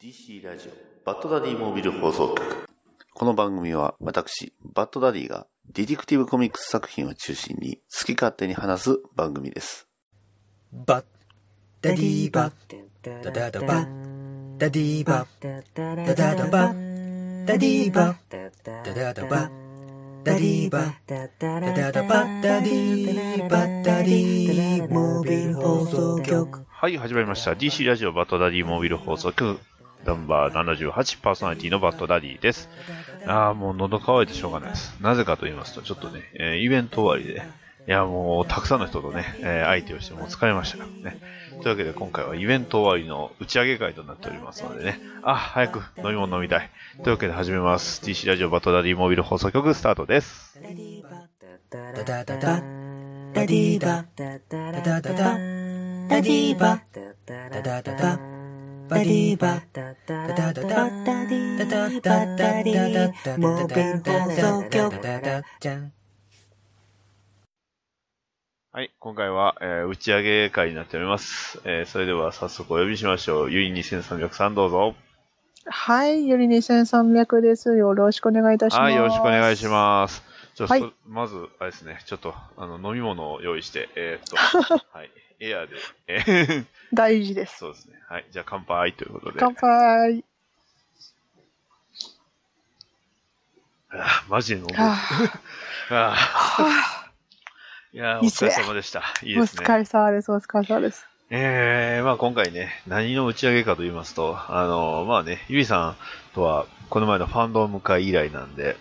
DC ラジオバッドダディモービル放送局この番組は私バッドダディがディティクティブコミックス作品を中心に好き勝手に話す番組ですバッダダデディィーババッダダダダダダババッッダデダディィーーババッッダダダダダダババッッダデダィデーバィーバッッダダダダダダババッッダダディディーーババッッダダダダダダバッダディーバッダデバッダディーバッダディィーーモーモビービルル放放送送局局はい、始まりました。DC ラジオバットダディモービル放送局、ナンバー78パーソナリティのバットダディです。ああ、もう喉乾いてしょうがないです。なぜかと言いますと、ちょっとね、えーイベント終わりで、いや、もうたくさんの人とね、えー相手をしてもう疲れましたからね。というわけで今回はイベント終わりの打ち上げ会となっておりますのでね、あ、早く飲み物飲みたい。というわけで始めます。DC ラジオバットダディモービル放送局スタートです。ダディーバッダダダダダダダダダダデディーィーババッッダダダダダダダダダダダデディィーーババッッダダダダダダバディーバッダダダダダディーバッダダダダダダダダディーバッダダダダダディーバッダディダーモービルダ放ダ送ダダ局ダダじゃんはい、今回は、えー打ち上げ会になっております。えーそれでは早速お呼びしましょう。ゆい2303どうぞ。はい、ゆり2300です。よろしくお願いいたします。はい、よろしくお願いします。ちょはいそまず、あれですね、ちょっと、あの、飲み物を用意して、えー っと、はい、エアーで、えー す。大事です。そうですね。はい、じゃあ乾杯ということで。乾杯。あーマジで飲んでる。あはーあいやー、おいいっす疲れね様でした。いいおですね。疲れ様です。お疲れ様です。えー、まあ今回ね、何の打ち上げかと言いますと、あのまあね、ゆいさんとは、この前のファンドーム会以来なんで、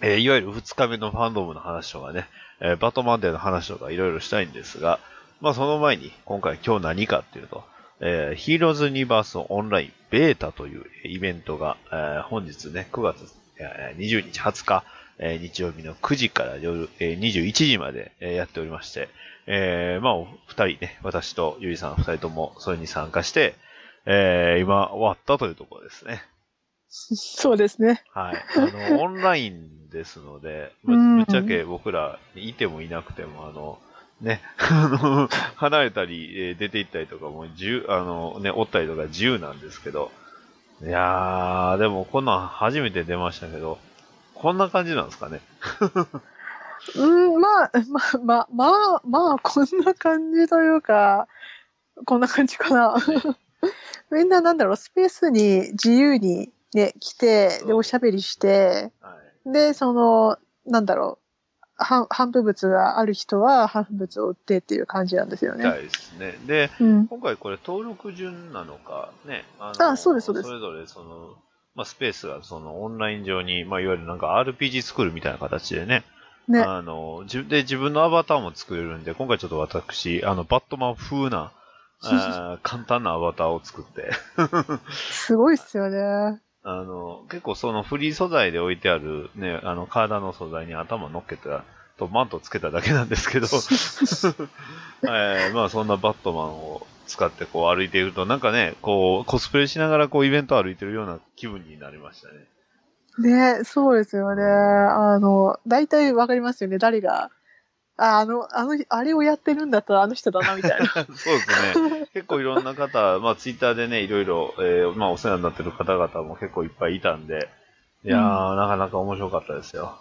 えーいわゆる2日目のファンドームの話とかね、えーバトマンデーの話とかいろいろしたいんですが、まあその前に、今回今日何かっていうと、えー、ヒーローズニバースオンラインベータというイベントが、えー本日ね、9月えー20日、20日、えー日曜日の9時から夜、えー21時まで、えーやっておりまして、えーまあ、お二人ね、私とゆいさん二人ともそれに参加して、えー今終わったというところですね。そうですね。 はい。あの、オンラインですので、ぶうんぶっちゃけ僕らいてもいなくても、あの、ね、 あの、離れたり、えー出て行ったりとかも自由、あの、ね、おったりとか自由なんですけど、いやー、でもこんなん初めて出ましたけど、こんな感じなんですかね。うん、まあ、まあ、まあ、まあ、まあ、こんな感じというか、こんな感じかな。みんななんだろう、スペースに自由にね、来て、で、おしゃべりして、はい。で、その、なんだろう、は反復物がある人は反復物を売ってっていう感じなんですよみたね。いですね。で、うん。今回これ登録順なのか、ね。ああそうですそうですそれぞれその、まあ、スペースがそのオンライン上に、まあ、いわゆるなんか RPG 作るみたいな形でね。ねあの、自で、自分のアバターも作れるんで、今回ちょっと私、あの、バットマン風 な、あー簡単なアバターを作って、すごいっすよね。あの、結構そのフリー素材で置いてあるね、あの、体の素材に頭乗っけた、とマントつけただけなん ですけど、えーまあそんなバットマンを使ってこう歩いていると、なんかね、こう、コスプレしながらこうイベントを歩いてるような気分になりま したね。ね、そうですよね。あの、大体わかりますよね、誰が。ああの、あの、あれをやってるんだったらあの人だな、み たいな。そうですね。結構いろんな方、まあツイッターでね、いろいろ、えーまあお世話になってる方々も結構いっぱいいたんで、いやー、なかなか面白かったですよ。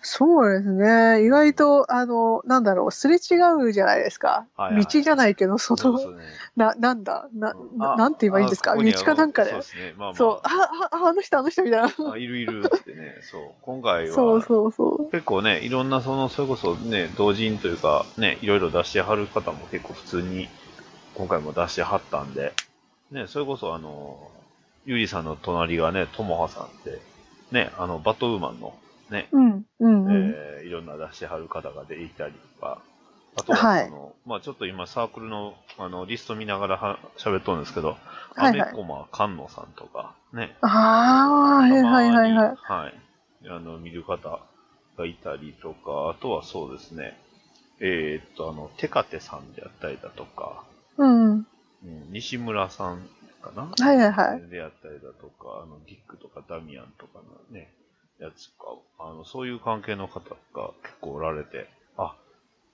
そうですね。意外と、あの、なんだろう、すれ違うじゃないですか。はいはい道じゃないけど、そそうの、ですね。な、なんだ、な、うんなあなんて言えばいいんですあかこ道こにあのかなんかそうでで。すね。まあまあ。そう、あ、あ、ああの人、あの人みたいな。そあ、いるいるってね、そう。今回は、うそうそう。結構ね、いろんな、その、それこそね、同人というか、ね、いろいろ出してはる方も結構普通に、今回も出してはったんで、ね、それこそあの、ゆりさんの隣がね、ともはさんって、ね、あの、バットウーマンの、ね、うん、うん、うん。えーいろんな出してはる方がでいたりとか、あとははいその、まあちょっと今サークルの、あの、リスト見ながらは喋っとるんですけど、はいはいアメコマ菅野さんとか、ね、ああ、はいはいはいはい。たまにはいあの、見る方がいたりとか、あとはそうですね、えーっと、あの、テカテさんであったりだとか、うん。うん、西村さんかなはいはいはい。であったりだとか、あの、ディックとかダミアンとかのね、やつとか、あの、そういう関係の方が結構おられて、あ、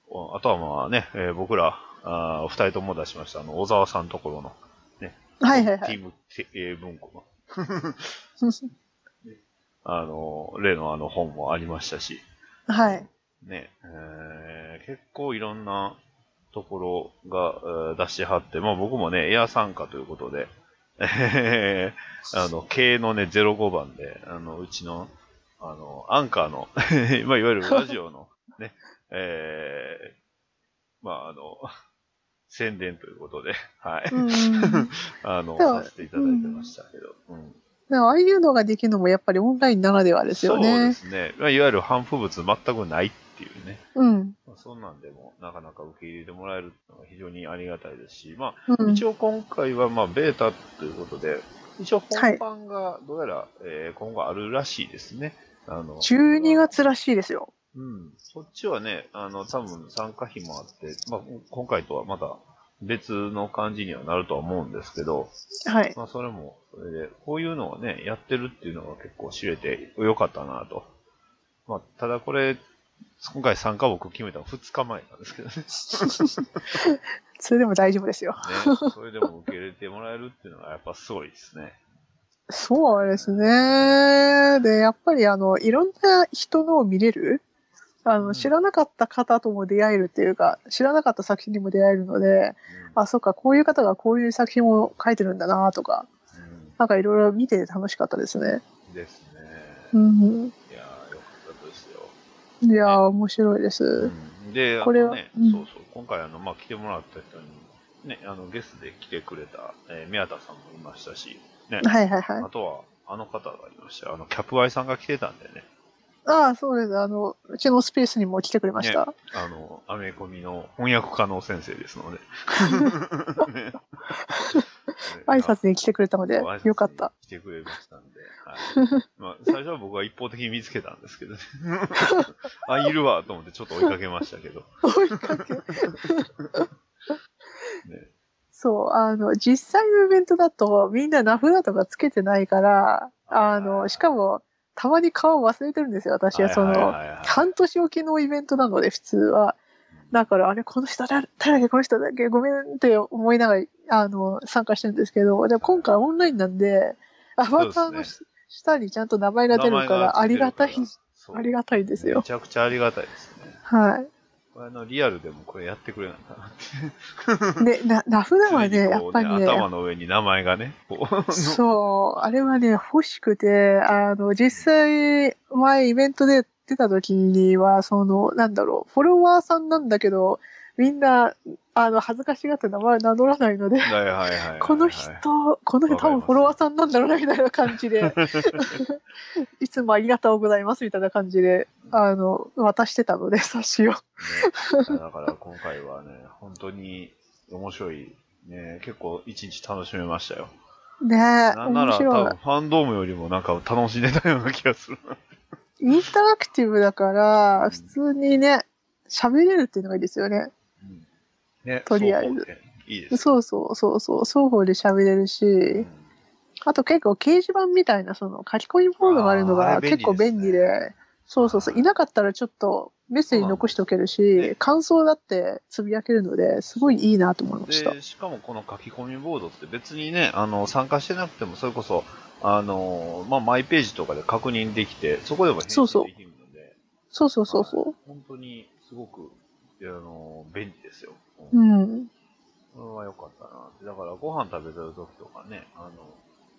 おあとはまあね、えー僕ら、あーお二人とも出しました、あの、小沢さんところの、ね、はいはいはテい。ィム・テえー文庫の。 あの、例のあの本もありましたし、はい。ね、えー結構いろんなところが、えー出してはって、まあ僕もね、エア参加ということで、えーあの、経営のね、05番で、あの、うちの、あの、アンカーの、 まあいわゆるラジオの、ね、えーまああの、宣伝ということで、はい。 うん。あの、そうさせていただいてましたけど。うんでもああいうのができるのもやっぱりオンラインならではですよそうでね。すね。まあいわゆる反復物全くないっていうね。うん。まあ、そんなんでも、なかなか受け入れてもらえるのが非常にありがたいですし、まうあ、ん一。応今回は、まあ、ベータということで、一応本番が、どうやら、えー今後あるらしいですね。あの、 12月らしいですよ。うん。そっちはね、あの、多分参加費もあって、まあ、今回とはまた別の感じにはなるとは思うんですけど、はい。まあ、それも、それで、こういうのをね、やってるっていうのが結構知れてよかったなと。まあ、ただこれ、今回参加僕決めたの2日前なんですけ どね。それでも大丈夫ですよ。 ね、それでも受け入れてもらえるっていうのがやっぱすごいですね。そうですね。で、やっぱりあの、いろんな人のを見れる、あうの、ん知らなかった方とも出会えるっていうか、知らなかった作品にも出会えるので、うんあ、そっか、こういう方がこういう作品を書いてるんだなとか、なんかいろいろ見てて楽しかったですね。うんですね。うん。いやー、よかったですよ。いやー、面白いでうす。んで、あとこれはね、うんそうそう、今回あの、まあ、来てもらった人に、ね、あの、ゲストで来てくれた、えー宮田さんもいましたし、ね、はいはいはいあ。とは、あの方がいました。あの、キャプアイさんが来てたんでね。ああ、そうです。あの、うちのスペースにも来てくれました。あの、アメコミの翻訳家の先生です ので。ね挨拶に来てくれたのでご挨拶、によかった。 来てくれましたんで。はいまあ、最初は僕は一方的に見つけたんですけどね。 あ、いるわと思ってちょっと追いかけましたけど。追いかけ。ねそう、あの、実際のイベントだと、みんな名札とかつけてないから、あの、しかも、たまに顔忘れてるんですよ、私は。そはいはいの、はいはい半年おきのイベントなので、普通は。だから、あれ、この人誰誰だっけ、この人だっけ、ごめんって思いながら、あの、参加してるんですけど、でも今回オンラインなんで、アバターそうでのす下にちゃんと名前が出るから、ありがたい、そうありがたいですよめ。ちゃくちゃありがたいですね。はい。これあの、リアルでもこれやってくれないかなって。で、な、名札はね、常やにこっうぱりね、頭の上に名前がね、こ う。そう、あれはね、欲しくて、あの、実際、前イベントで出た時には、その、なんだろう、フォロワーさんなんだけど、みんな、あの、恥ずかしがって名前を名乗らないので、はいはいはいはい。こ の人、この人わか多り分ますフォロワーさんなんだろうな、みたいな感 じで、いつもありがとうございます、みたいな感じで、あの、渡してたので、冊子を。ね、だから今回はね、本当に面白い、ね、結構一日楽しめましたよ。ねえ、なんな面ら多白い分。ファンドームよりもなんか楽しんでたような気がするな。インタラクティブだからう、ん普通にね、喋れるっていうのがいいですよね。うんね、とりあえそずうこうね。いいです。そうそうそうそう、双方で喋れるうしん、あと結構掲示板みたいなその書き込みフォームがあるあのーがあれ便利結構便利で、ですそうそうそう、いなかったらちょっとメッセージ残しておけるし、感想だってつぶやけるので、すごいいいなと思いました。で、しかもこの書き込みボードって別にね、あの、参加してなくても、それこそ、あの、まあ、マイページとかで確認できて、そこでも返そう信そうできるので、そうそうそうそ本当にすごく、あの、便利ですよ。うんう。うん。それは良かったなって。だからご飯食べてる時とかね、あの、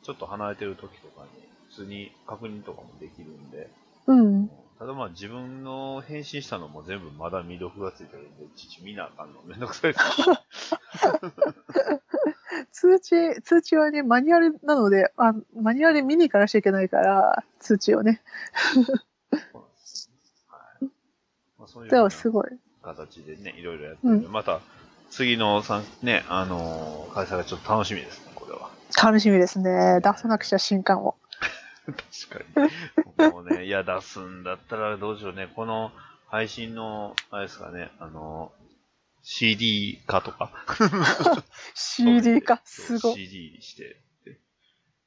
ちょっと離れてる時とかに、普通に確認とかもできるんで、うん。ただまあ自分の返信したのも全部まだ未読がついてるんで、いちいち見なあかんのめんどくさい ですね。通知、通知はね、マニュアルなので、あマニュアルで見に行かなきゃいけないから、通知をね。そうなんですはい。まあそういうでようもなすごい。形でね、いろいろやってるんで、うまた次のさんね、あのー開催がちょっと楽しみですね、これは。 楽しみですね。出さなくちゃ新刊を。確か に。もうね、いや、出すんだったらどうしようね。この配信の、あれですかね、あの、CD 化とか。 CD 化、そうすごい。 CD にして。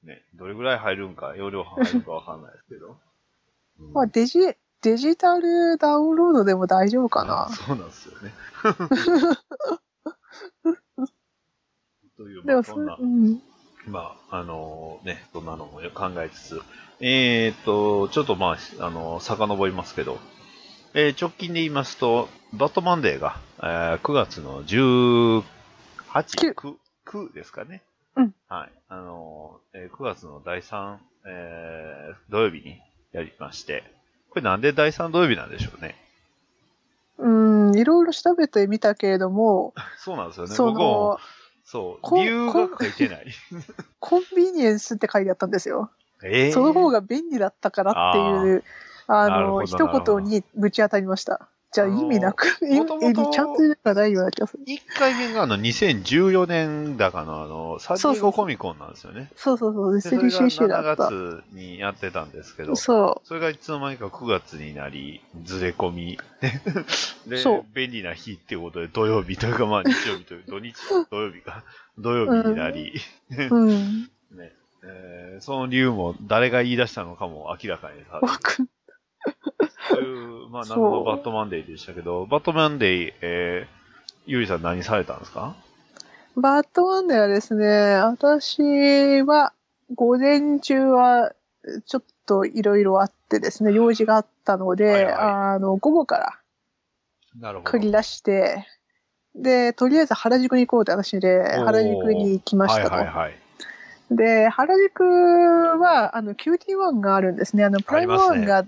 ね、どれぐらい入るんか、容量入るんかわかんないですけど。うんまあ、デジ、デジタルダウンロードでも大丈夫かな。そうなんです よね。という、まであもそそ、んうな、ん。まあ、あのね、そんなのも考えつつ、えー、と、ちょっとまあ、あの遡りますけど、えー直近で言いますと、バットマンデーが、えー9月の18、九9、9ですかね。うんはい。あのえー9月の第3、えー土曜日にやりまして、これなんで第3土曜日なんでしょうね。うん、いろいろ調べてみたけれども、そうなんですよね。そ僕もの、そう、こ理由が書いて ない。コンビニエンスって書いてあったんですよ。えーその方が便利だったからっていう、あなるほの、ど一言にぶち当たりました。じゃああ意の味なく、意元々味ちゃんと意味がないような気がする。 1回目があの2014年だかのあのサンディエゴコミコンなんですよね。そうそうそう、でそれ SDCC がだった。 7月にやってたんですけど、そそれがいつの間にか9月になり、ずれ込み。 でそう、便利な日っていうことで土曜日というか、まあ日曜日という、土日、土曜日 か、土曜日になり、う。うん。ねえーその理由も誰が言い出したのかも明らかにされてわかんという、まあ、そ謎うのバットマンデーでしたけど、バットマンデー、えー、ゆりさん何されたんですかバットマンではですね、私は午前中はちょっといろいろあってですね、用事があったので、はいはあの、午後からなるほ繰り出して、で、とりあえず原宿に行こうって話で、おー原宿に行きましたと。はいはいはい。で、原宿は、あの、QT1 があるんですね。あの、プライムあります1ねが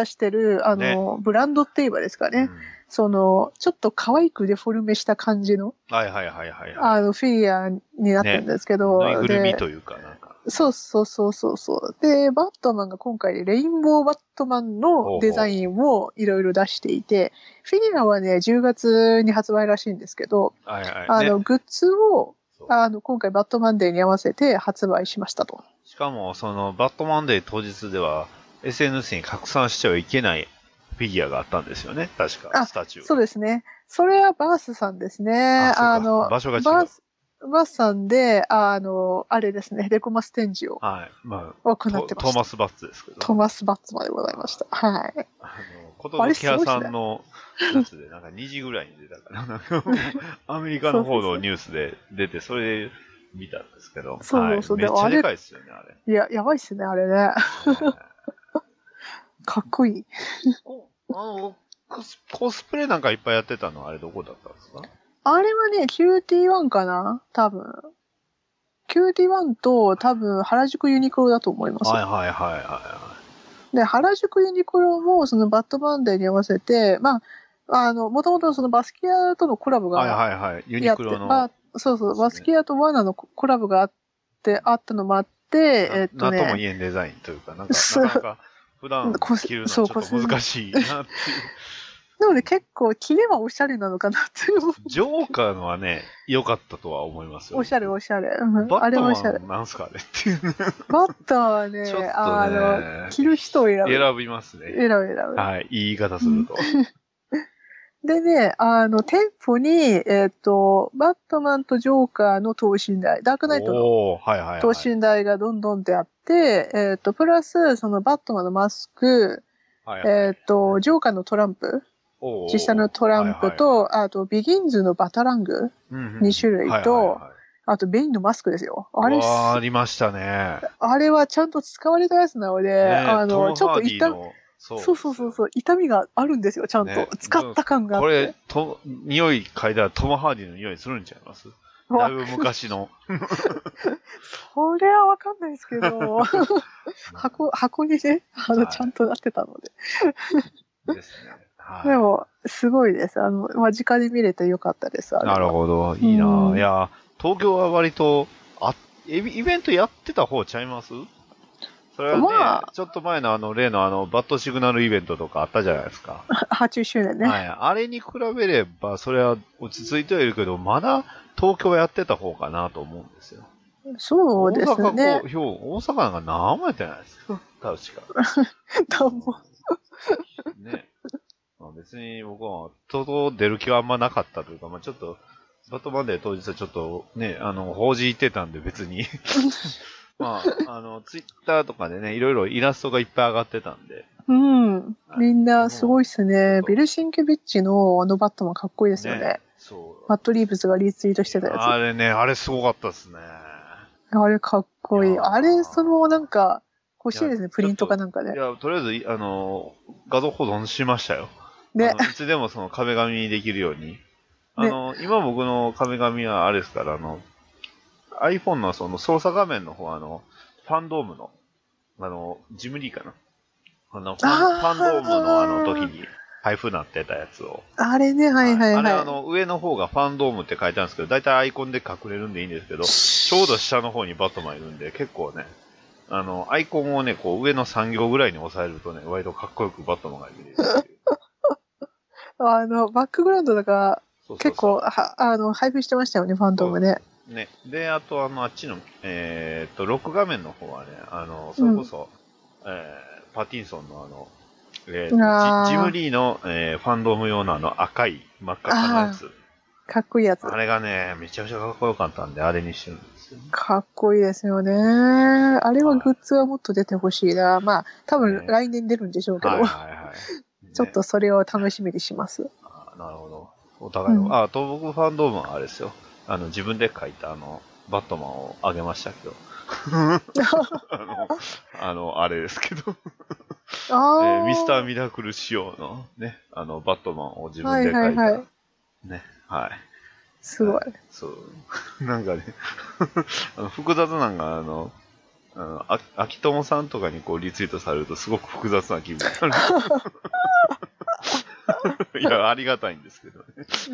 出してる、あねの、ブランドって言えばですかね。うんその、ちょっと可愛くデフォルメした感じの、はいはいはいはいはい。あの、フィギュアになってるんですけど、ぬいぐるみでというか、なんか。そうそうそうそうそう。で、バットマンが今回レインボーバットマンのデザインをいろいろ出していて、フィギュアはね、10月に発売らしいんですけど、はいはい。あの、ねグッズを、そうあの、今回バットマンデーに合わせて発売しましたと。しかも、その、バットマンデー当日では、SNS に拡散してはいけないフィギュアがあったんですよね。確か、あスタチュー。そうですね。それはバースさんですあそね。うかあの、場所が違うバース、バースさんで、あの、あれですね、レコマス展示をはい。まあ、行トってまトーした。マス・バッツですけど。トーマス・バッツマでございました。はい。あの、ことぶき屋さんのやつで、なんか2時ぐらいに出たから、なん かもうアメリカの方のニュースで出て、それで見たんですけど、そうはいそうめっちでもゃあれでかいですよね、あれ。いや、やばいっすね、あれね。かっこいい。こあのコスコスプレなんかいっぱいやってたのはあれどこだったんですかあれはね、QT1 かな多分。QT1 と多分原宿ユニクロだと思います。はいはいはいはいはで、原宿ユニクロもそのバットバンデーに合わせて、まあ、あの、もともとそのバスキアとのコラボい。はいがはいはい。ユニやっクて、ロの、まあ、そうそそう、うバですねスキアとワーナのココラボがあって、あったのもあって、なえっとなんともね、言えんデザインというか、なんか、そうなかなか普段こす着るのはちょそうっと難しいなっていう。なので結構、キレはおしゃれなのかなっていう。ジョーカーのはね、良かったとは思いますよ。おしゃれ、おしゃれ。うんバあッれトもマおしゃれ。ンなんすかあれっていうね。バッターはね、ちょっとねあの、着る人を選ぶ。選選びますぶ、ね。選ぶ。はい、いい言い方すると。でね、あの、店舗に、えっ、と、バットマンとジョーカーの等身大、ダークナイトのおー、はいはいはい。等身大がどんどんってあって、えっ、と、プラス、そのバットマンのマスク、はいはいえっ、と、ジョーカーのトランプ、おー実際のトランプはと、あと、ビギンズのバタラング、いはい二種類とはいはいはいあと、ベインのマスクですよ。あれう、わーありましたね。あれはちゃんと使われたやつなので、ねトあの、ムちょっハとーディ痛み、のそそうそうそうそう、痛みがあるんですよ、ちゃんと。ね使った感があって。これ、と、匂い嗅いだらトム・ハーディの匂いするんちゃいますだいぶ昔の。これはわかんないですけ ど、箱、箱にね、あの、はいちゃんとなってたので。ですね。はいでも、すごいです。あの、間近で見れてよかったです。あれなるほど。いいなうんぁ。いや、東京は割と、あ、イベイベントやってた方ちゃいますそれはね、まあちょっと前のあの、例のあの、バットシグナルイベントとかあったじゃないですか。 80周年ね。はい。あれに比べれば、それは落ち着いてはいるけど、まだ東京はやってた方かなと思うんですよ。そうですね大阪、。こう、大阪なんか何もやってないですよ。確か。どうもね。まあ、別に僕は、と出る気はあんまなかったというか、まあ、ちょっと、バットマンデー当日はちょっとね、あの、報じてたんで別 に。まあ、あの、ツイッターとかでね、いろいろイラストがいっぱい上がってたんで。うん。みんなすごいっすねも。うビル・シンケビッチのあのバットマンかっこいいですよね。そう。マット・リーブスがリツイートしてたあやれね、あれすごかったっすね。つ。あれかっこいいい。やーあれ、そのなんか、欲しいですいやね、プリントかなんかいで。や、とりあえずい、あの、画像保存しましたよ。ねあのいつでもその壁紙にできるように。あの、今僕の壁紙はあれですから、あの、iPhone のその操作画面の方、あの、ファンドームの、あの、ジムリーかな。あの、ファンあーファンドームのあの時に配布なってたやつを。あれね、はいはいあれあはの、上の方がファンドームって書いてあるんですけど、だいたいアイコンで隠れるんでいいんですけど、ちょうど下の方にバットマンいるんで、結構ね、あの、アイコンをね、こう上の3行ぐらいに押さえるとね、割とかっこよくバットマンが見れる っていうい。あの、バックグラウンドだから、そうそうそう結構、はあの、配布してましたよね、ファンドムね。ね。で、あと、あの、あっちの、えーっと、ロック画面の方はね、あの、それこそ、えーパティンソンのあの、えーあージジムリーの、えーファンドーム用のあの赤い真っ赤なやつ。かっこいいやつあ。れがね、めちゃめちゃかっこよかったんで、あれにしてるんですよね。かっこいいですよね。あれはグッズはもっと出てほしいな。まあ、多ね分来年出るんでしょうけはいど、はいはい。ね ちょっとそれを楽しみにします。あなるほど。お互いの、うんあ、東北ファンドームはあれですよ。あの、自分で書いた、あの、バットマンをあげました けど。 あの、あの、あれですけど。えあーミスターーミラクル仕様のね、あの、バットマンを自分で書いた。はいはいはね、はい。すごい。そう。 なんかね、あの複雑なのが、あの、あのあ秋友さんとかにこうリツイートされるとすごく複雑な気分にな る。いや、ありがたいんですけど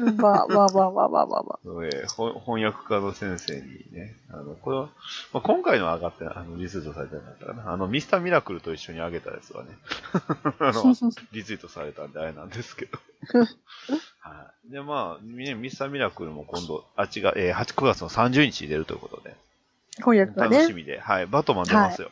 ね。まあまあまあまあまあまあまあ。えーほ翻訳家の先生にね、あの、これは、まあ、今回のは上がってなあの、リツイートされてなかったかな。あの、ミスターミラクルと一緒に上げたやつはね、 あの、 リツイートされたんであれなんですけ ど。はい。で、まあ、ねミスターミラクルも今度、あっちが、えー、8、9月の30日に出るということで、翻訳が楽しね。みで、はい。バットマン出ますよ。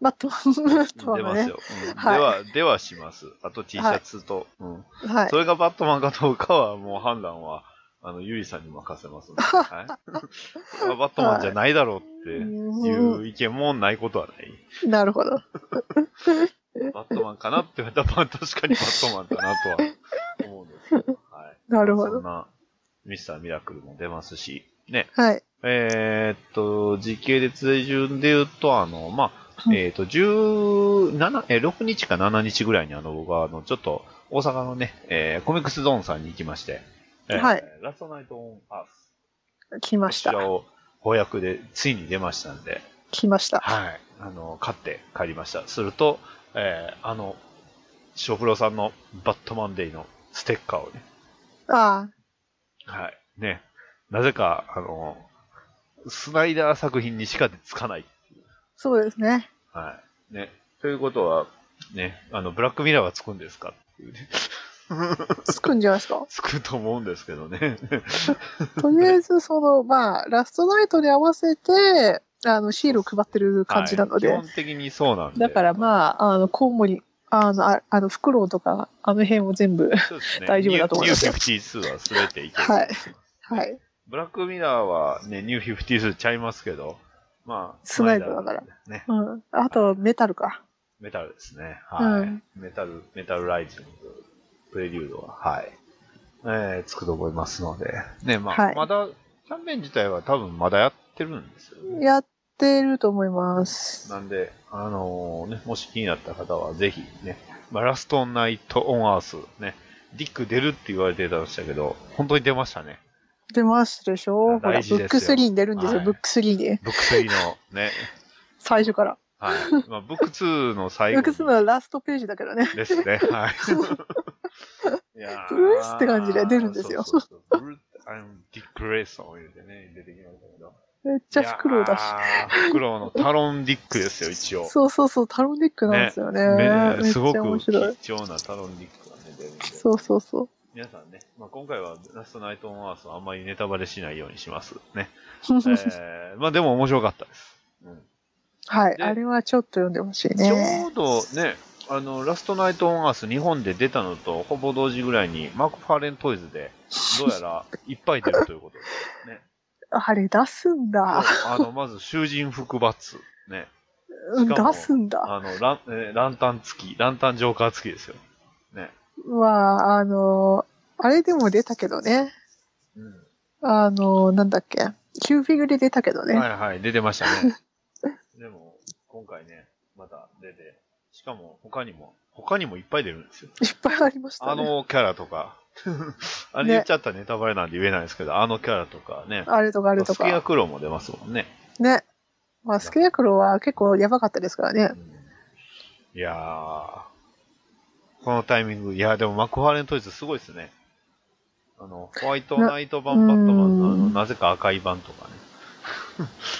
バ ットマン、バットマ出ンがますね。よ、うんはいでは、ではします。あと T シャツと、うん。はいそ。れがバットマンかどうかは、もう判断は、あの、ゆいさんに任せますので、 はい。これはバットマンじゃないだろうっていう意見もないことはない。なるほど。バットマンかなって言われたら、まあ確かにバットマンかなとは思うんですけ ど、はい。なるほどそんな、ミスターミラクルも出ますし、ね。はい。えーっと、時系列順で言うと、あの、まあ、えーっと、17、えー6日か7日ぐらいに、あの、僕は、あの、ちょっと、大阪のね、えーコミックスゾーンさんに行きまして、えーはいラストナイトオンアース。来まこしちた。らを翻訳で、ついに出ましたんで、来ました。はい。あの、買って帰りました。すると、えーあの、ショプロさんのバットマンデーのステッカーをね、あはい。ね。なぜか、あの、スナイダー作品にしかつかない。あ、そうですね。はい。ね。ということは、ね、あの、ブラックミラーはつくんですかっていうね。つくんじゃないで 。すかつくと思うんですけどね。とりあえず、その、まあ、ラストナイトに合わせて、あの、シールを配ってる 感じなので。はい基本的にそうなんで。だからあ、まあ、あの、コウモリ、あの、ああの、フクロウとか、あの辺を全部。そうですね、大丈夫だと思いますニュー52は全ていける。はい。はい。ブラックミラーはね、ニュー52ちゃいますけど、まあ、スナイダーだからら。ね、うん。あと、メタルか。メタルですね。はい。うんメタル、メタルライジング、プレリュードは、はい。えー、つくと思いますので、ね、まあ、はいまだ、キャンペーン自体は多分まだやってるんですよね。やってると思います。なんで、あのーね、もし気になった方は、ぜひね、まあ、ラストナイト・オン・アース、ね、ディック出るって言われてたんでしたけど、本当に出ましたね。出ますでしょほら、大ブ事ですよック3に出るんですよ、はいブック3に。ブック3のね、最初から。はい。まあ、ブック2のブ最後ッにク3のラストページだからね。です ね。はい。いやーうーって感じで出るんですよそうそうそうブルーあのディック・グレイソンを入れてね、出てきましたけど。めっちゃフクロウだし。し。フクロウのタロンディックですよ、一応。そうそうそう、タロンディックなんですよねね。めっちすゃごく面貴白い。重なタロンディックがね、出るんで。そうそうそう。皆さんね、まあ、今回はラストナイト・オン・アースはあんまりネタバレしないようにしますね。えー、まあでも面白かったです。うん はい、であれはちょっと読んでほしいちねょ。うどね、あの、ラストナイトオンアース日本で出たのとほぼ同時ぐらいに、マーク・ファーレントイズで、どうやらいっぱい出るということですね。あれ出すんだ。あの、まず、囚人服罰。ね。うんしかも出すんだ。あの、ラン、えーランタン付き、ランタンジョーカー付きですよ。ね。まあ、あの、あれでも出たけどね。うん。あの、なんだっけ。旧フィグで出たけどね。はいはい、出てましたね。でも、今回ね、また出て、しかも他にも、他にもいっぱい出るんですよ。い、っぱいありましたね。あのキャラとか、 あれ言っちゃったらネタバレなんで言えないですけど、あのキャラとかね、あれとかあれとスケアか。クロウも出ますもんね。ね。まあ、スケアクロウは結構やばかったですからね。いやー、このタイミング、いやでもマクファーレントイズすごいですね。あの、ホワイトナイト版なバットマンのあうの、んなぜか赤い版とかね。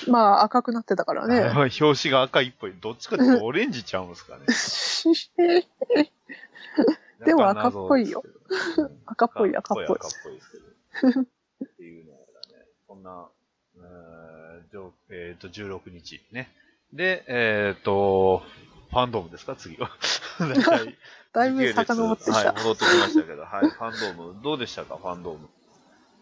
まあ、赤くなってたからね。あれは表紙が赤いっぽい。どっちかっていうとオレンジちゃうんですかね。 でもなんか謎ですけど。うん 赤っぽい、赤っぽい。赤っぽいですけど。 っていうのがね、こんな、えーじょえーと、16日ね。で、えっ、と、ファンドームですか次は。 大体だいぶ遡ってきた。はい、戻ってきましたけど、はい、ファンドーム、どうでしたか、ファンドー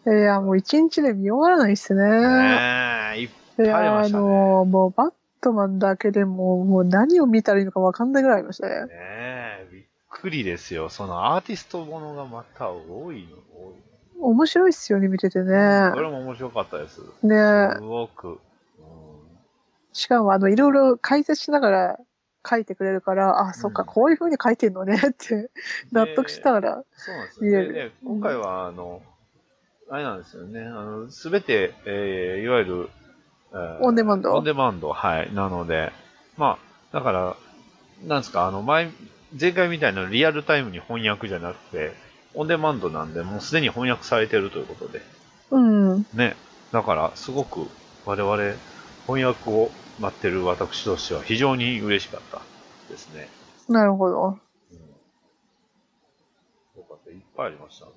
ム。いや、もう一日で見終わらないっすね。ねえ、いっいぱいありや、まあしたね。の、もうバットマンだけでもう、もう何を見たらいいのかわかんないぐらいありましたね。ねえ、びっくりですよ。そのアーティストものがまた多いの、多い面白いっすよね、見ててね。の。これも面白かったです。ねすごく。うしかも、あの、いろいろ解説しながら書いてくれれるから、あ、そっうか、んこういう風に書いてんのねって、ん納得し。でたから。そうなんです見よれね。るで、今回は、あの、あれなんですよね。あの、すべて、えーいわゆる、えーオンデマンドオンデマンド、はい。なので、まあ、だから、なんですか、あの、前、前回みたいなリアルタイムに翻訳じゃなくて、オンデマンドなんで、もうすでに翻訳されてるということで、うん。ね。だから、すごく我々、翻訳を待ってる私としては非常に嬉しかったですね。なるほど。うん。よかった。いっぱいありましたね。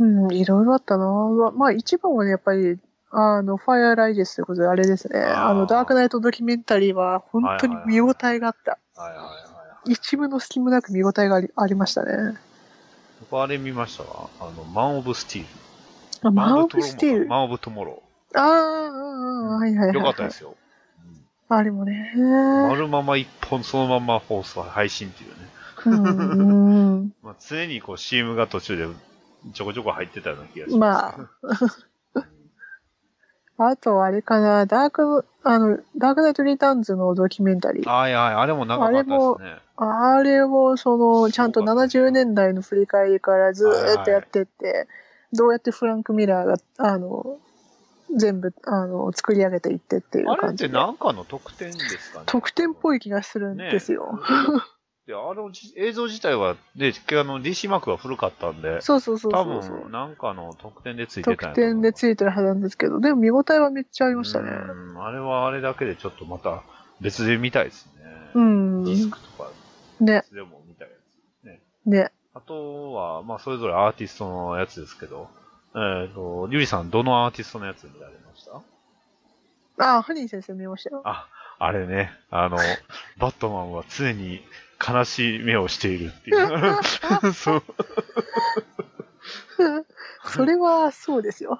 うん、いろいろあったな。まあまあ、一番はね、やっぱり、あの、ファイアーライジェスということで、あれですね。あーあの、ダークナイトドキュメンタリーは、本当に見応えがあった。はいはいはいはい。一部の隙もなく見応えがありありましたね。僕あれ見ましたわ。あの、マン・オブ・スティール。あマン・オブ・スティール。マン・オブ・トゥモロああ、うんうん、はいはいー。はい。よかったですよ。あれもね。丸まま一本そのまま放送、配信っていうね。うんうんまあ、常にこう CM が途中でちょこちょこ入ってたような気がします。ま あ、あとあれかな、ダーク、あの、ダークナイト・リターンズのドキュメンタリー。あ。はいはい、あれも長かったですね。あれを、その、ちゃんとそうだね70年代の振り返りからずーっとやってって、どうやってフランク・ミラーが、あの、全部、あの、作り上げていってっていあうれっ感じてで。なんかの特典ですかね。特典っぽいい気がするんですよ。で、あのじ映像自体は、で、あの DC マークが古かったんで、そうそうそう多そうそう。分なんかの特典でついてたん特やと思う典でついてるはずなんですけど、でも見応えはめっちゃありましたね。うんあれはあれだけでちょっとまた別で見たいですね。うん。ディスクとかね、別でも見たいですね。ね。あとは、まあそれぞれアーティストのやつですけど、えっ、と、ゆりさんどのアーティストのやつ見られましたあ、ハニー先生見ましたよ。あ、あれね、あ の、バットマンは常に悲しい目をしているって いう。そう。それはそうですよ。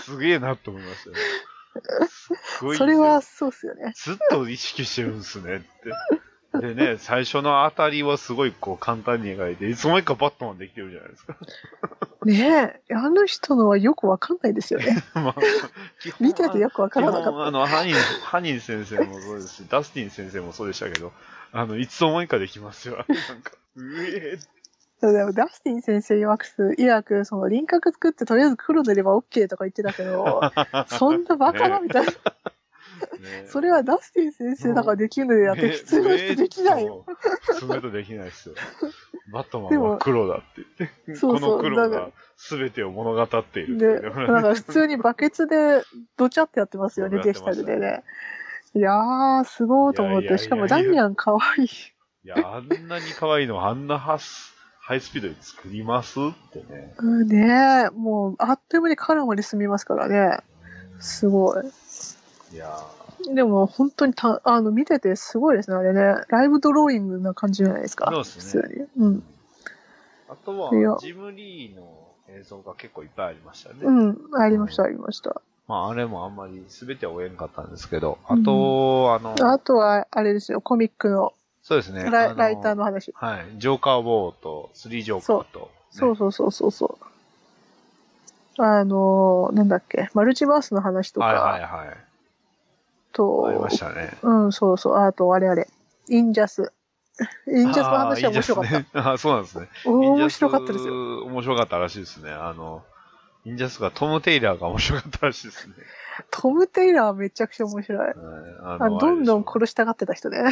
すげえなと思いましたよ。すごいですそよれはそうっすよね。ずっと意識してるんすねって。でね、最初のあたりはすごいこう簡単に描いて、いつの間にかバットマンできてるじゃないですか。 ねえ、あの人のはよくわかんないですよ ね。まあ、基本見ててよくわからな基本かあっの、ハニー、ハニー先生もそうですし、ダスティン先生もそうでしたけど、あの、いつの間にかできますよ。なんか、うえた。でもダスティン先生曰くす、曰く、その輪郭作ってとりあえず黒塗れば OK とか言ってたけど、 そんなバカなみたいな。ねそれはダスティン先生だからできるのであって、ね普通の人できないよ。ね普通の人できないですよ。バットマでンはも黒だって言って、そうそこうの黒だかが全てを物語っているっていで、うだね から普通にバケツでドチャってやってますよそね、うやデってジタましルたでね。いやー、すごいと思っいやいやいやいて。やしかもダミアン可愛い。いや、あんなに可愛いの、あんなハス、ハイスピードで作りますってね。うんねえ、もう、あっという間にカラーまで進みますからね。すごい。いやでも、本当にた、あの、見ててすごいですね、あれね。ライブドローイングな感じじゃないですか。そうですね普通に。うん。あといやは、ジムリーの映像が結構いっぱいありましたね。うん、ありました、ありました。まあ、あれもあんまり全ては追えんかったんですけど、あと、あの、あとは、あれですよ、コミックのそうですね。ラ,、あのライターの話。はい。ジョーカーウォーと、スリージョーカーと、ねそうそうそうそうそう。あの、なんだっけ、マルチバースの話とか、はいはいはい。と、ありましたね。うん、そうそう、あと、あれあれ、インジャス。イインジャスの話は面白かった。た。あそうなんですね。 面白かったですよ。よ。面白かったらしいですね。あの、インジャスがトム・テイラーが面白かったらしいですね。トム・テイラーはめちゃくちゃ面白い。ああどんどんこ殺したがってた人ね。 れあ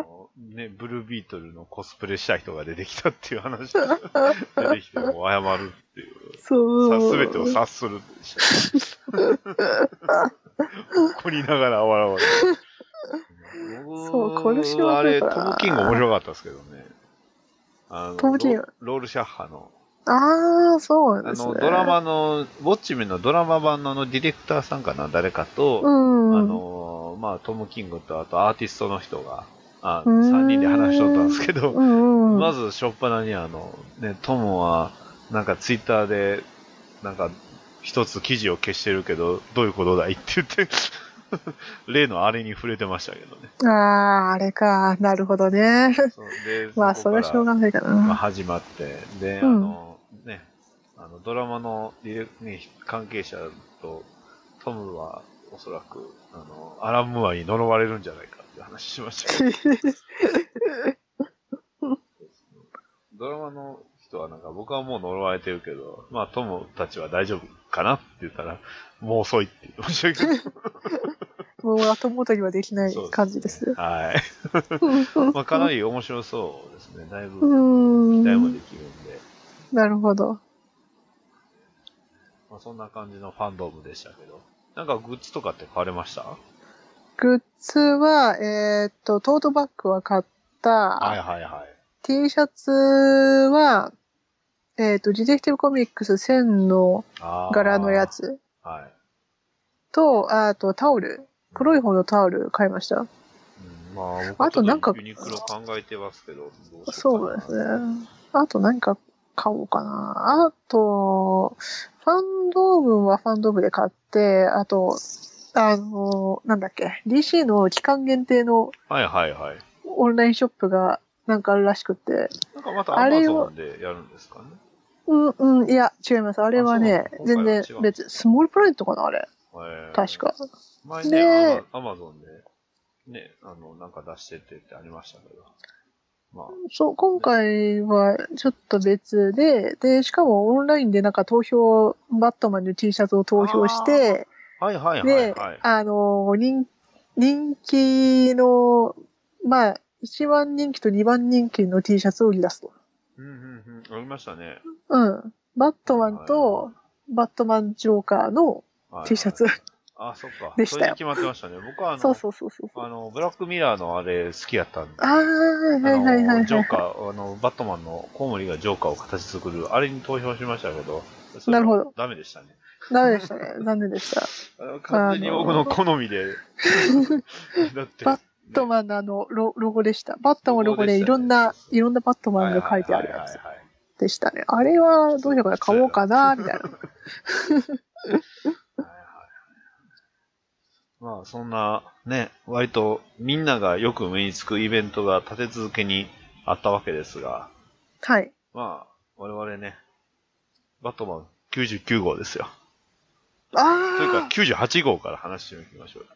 の、ね、ブルービートルのコスプレした人が出てきたっていう 話出てきて、もう謝るっていう。さそう。すべてを察するでしょ。怒りながら笑われる。そう殺しははあ来れ、るトからム・キング面白かったですけどね。あのトムキングロロール・シャッハの。ああ、そうなあんですね。の、ドラ。マの、ウォッチメンのドラマ版のあのディレクターさんかな、誰かうと、ん。あの、まあ、トム・キングと、あとアーティストの人が、あうーん3人で話しとったんですけど、うんうん、まず、しょっぱなに、あの、ね、トムは、なんか、ツイッターで、なんか、一つ記事を消してるけど、どういうことだいって言って、 例のあれに触れてましたけど ね。ああ、あれか。なるほど ね。そうでまあ、こそかれらはしょうがないかまあ、な。始まって、で、あうんの、ね、あの、ドラマのディレク、ね、関係者と、トムは、おそらく、あの、アラン・ムーアに呪われるんじゃないかって話しました けどドラマの人はなんか、僕はもう呪われてるけど、まあ、トムたちは大丈夫かなって言ったら、もう遅いって言ってましたけど。 もう後戻りはできないそう感じです。 はい。うんまあ、かなり面白そうですね。だいぶ、う期ん。待もできるんで、なるほど。まあ、そんな感じのファンドームでしたけど、なんかグッズとかって買われましたグッズは、えーっと、トートバッグは買った。はいはいはい。 T シャツは、えーっと、ディテクティブコミックス1000のあー柄のや。つはい。と、あとタオル。黒い方のタオル買いました。うんまあ、僕あとなんかちょっユニクロ考えてますけど、どうしよそうかでなすね。あと何か買おうかな。あと、ファンドームはファンドームで買って、あと、あの、なんだっけ、DC の期間限定のはいはいはい。オンラインショップがなんかあるらしくて、なんかまたあれを Amazon でやるんですかね。うんうん、いや、違います。あれはねあそう、全然今回は違う別、スモールプラネットかな、あれ。えー確。か。前ねね、アマ Amazon で、ね、あの、なんか出してってってありましたけど。まあ、そう、今回はちょっと別で、で、しかもオンラインでなんか投票、バットマンの T シャツを投票して、はいはいはいで、はい。あのー人、人気の、まあ、一番人気と二番人気の T シャツを売り出すと。うんうんうん。ありましたね。うん。バットマンと、バットマンジョーカーのはいはい T シャツ。。あ、そっか。でそしたよれで決まってましたね。僕はあの、そうそうそうそう。あの、ブラックミラーのあれ好きやったんで。ああ、はいはいはいはあい。のジョーカー、あの、バットマンのコウモリがジョーカーを形作る、あれに投票しましたけど、それはなるほどダメでしたね。ダメでしたね。残念でした。あの完全に僕の好みで。だって、バッバットマンのあのロ、ロゴでした。バットマンのロゴで、いロゴでしたねろんな、いろんなバットマンが書いてあるやつでしたね。あれは、どうしようかな、買おうかな、みたいな。はいはいはいまあ、そんな、ね、割とみんながよく目につくイベントが立て続けにあったわけですが、はい。まあ、我々ね、バットマン99号ですよ。というあかあ、 98号から話していきましょうよ。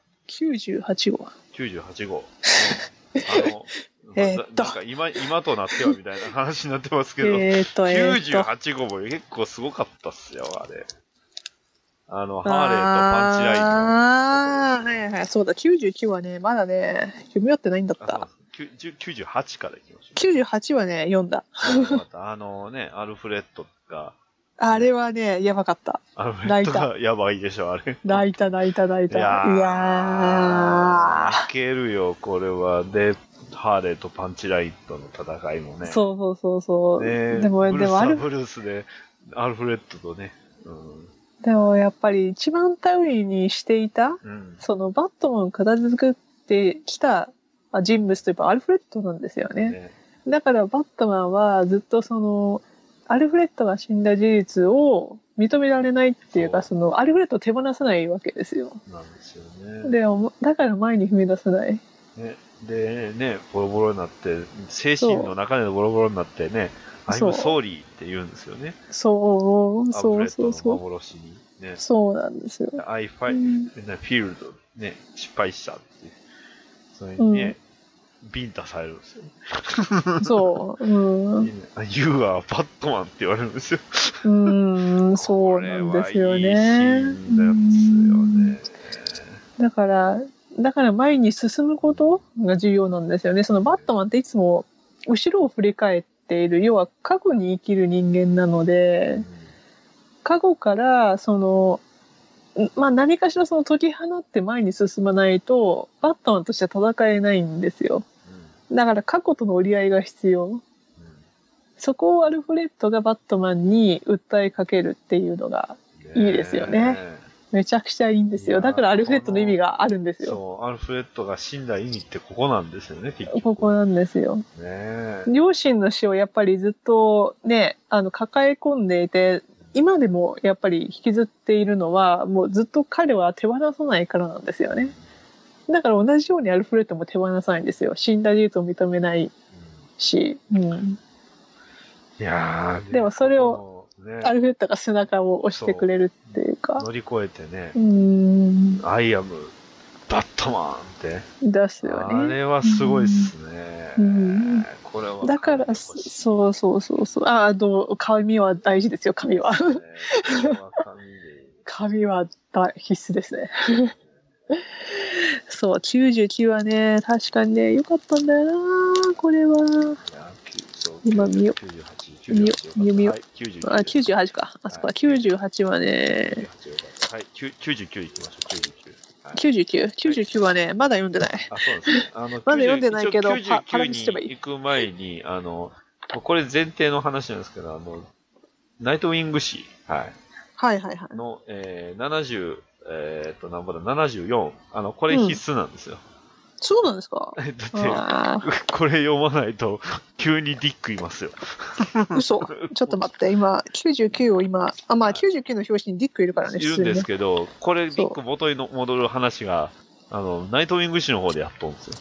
98号。 98号。 あの、えなーっとなんか今、今となってはみたいな話になってますけど、えーっと、えーっと。 98号も結構すごかったっすよ、あれ。あの、ハーレーとパンチラインの。ああ、はいはい。そうだ、99はね、まだね、読み合ってないんだっあた。そうですきゅ98からいきましょ98はね、読んだ。う。またあのね、アルフレッドが、あれはね、やばかった。アルフレッドがやばいでしょ、あれ。泣いた泣いた泣いた。いやーー。泣けるよ、これは。で、ハーレーとパンチラインとの戦いもね。そうそうそうそう。ねでも、ブルでースもあはる、ブルースで、アルフレッドとね、うん。でもやっぱり一番頼りにしていた、うん。そのバットマンを片付けてきたまあ人物といえばアルフレッドなんですよね。ねだからバットマンはずっとその、アルフレッドが死んだ事実を認められないっていうか、そその、アルフレッドを手放せないわけですよ。なんですよね。で、おもだから前に踏み出せない。ね、で、ね、ボロボロになって、精神の中でボロボロになってね、アイそうムソーリーって言うんですよね。そう、アブそレうットそうそのう。幻に。ね、そうなんですよ。 I う fight, んフィールド、ね、失敗したって。それにね、ビンタされるんですよ。そう、うん、 You are Batman って言われるんですよ。 うん、そうなんですよこれはいいねシー。ンですよね。だから、だから前に進むことが重要なんですよね。そのバットマンっていつも後ろを振り返っている、要は過去に生きる人間なので、過去からその、んまあ、何かしらその解き放って前に進まないとバットマンとしては戦えないんですよだから過去との折り合いが必要うんうんそこをアルフレッドがバットマンに訴えかけるっていうのがうんいいですよねめちゃくちゃいいんですいやよーだからアルフレッドの意味があるんですよそう、アルフレッドが死んだ意味ってここなんですよね、結局。ここなんですよねえ。両親の死をやっぱりずっとねあの抱え込んでいて今でもやっぱり引きずっているのはもうずっと彼は手放さないからなんですよねだから同じようにアルフレッドも手放さないんですよ。死んだ事実を認めないし、うん、いやーでもそれを、ね、アルフレッドが背中を押してくれるっていうか、乗り越えてねう、ん、アイアム、バットマンって。ですよあね。れはすごいっすね。うんこれは。だから、そそうそうそうそう。あ、あの、髪は大事ですよ、髪は。ねこれは神で髪は大必須ですね。 そう、99はね、確かにね、良かったんだよな、これは。いやそう 今見よ98 98見よ見よはい99あ、98か。あそこは、98はね、 98よかったはい、きゅ99いきましょう、99。はい99、99はね、まだ読んでない。あ、そうなんですね。 あの、まだ読んでないけどパパ99ラににすればいい行く前に、あの、これ前提の話なんですけど、あの、ナイトウィング誌、ははいはいはいい、。の、えー、70、えー、っと、なんぼだ、74。あの、これ必須なんですよ。そうなんで すかだって、あこれ読まないと、急にディックいますよ。あ、嘘。 ちょっと待って、今、99を今、あ、まあ99の表紙にディックいるからね、い普る通んにでねす。けど、これ、デそうィック元に戻る話が、あの、ナイトウィング誌の方でやっとんですよ。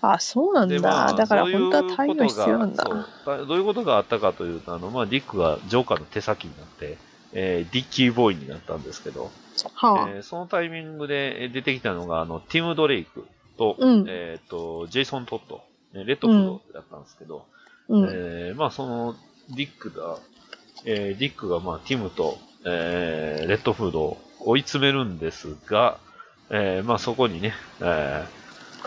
あ、そうなんでだ。まあだからそういう本当は対応必要なんだ。ことがそうどういうことがあったかというと、あの、まあ、ディックがジョーカーの手先になって、えーディッキーボーイになったんですけど、はあ、えーそのタイミングでえー出てきたのが、あの、ティム・ドレイクと、うんえっ、と、ジェイソン・トット、ねレッドフローだったんですけど、うん。えーまあ、その、ディックが、えーディックが、まあ、ティムと、えーレッドフードを追い詰めるんですが、えーまあ、そこにね、えー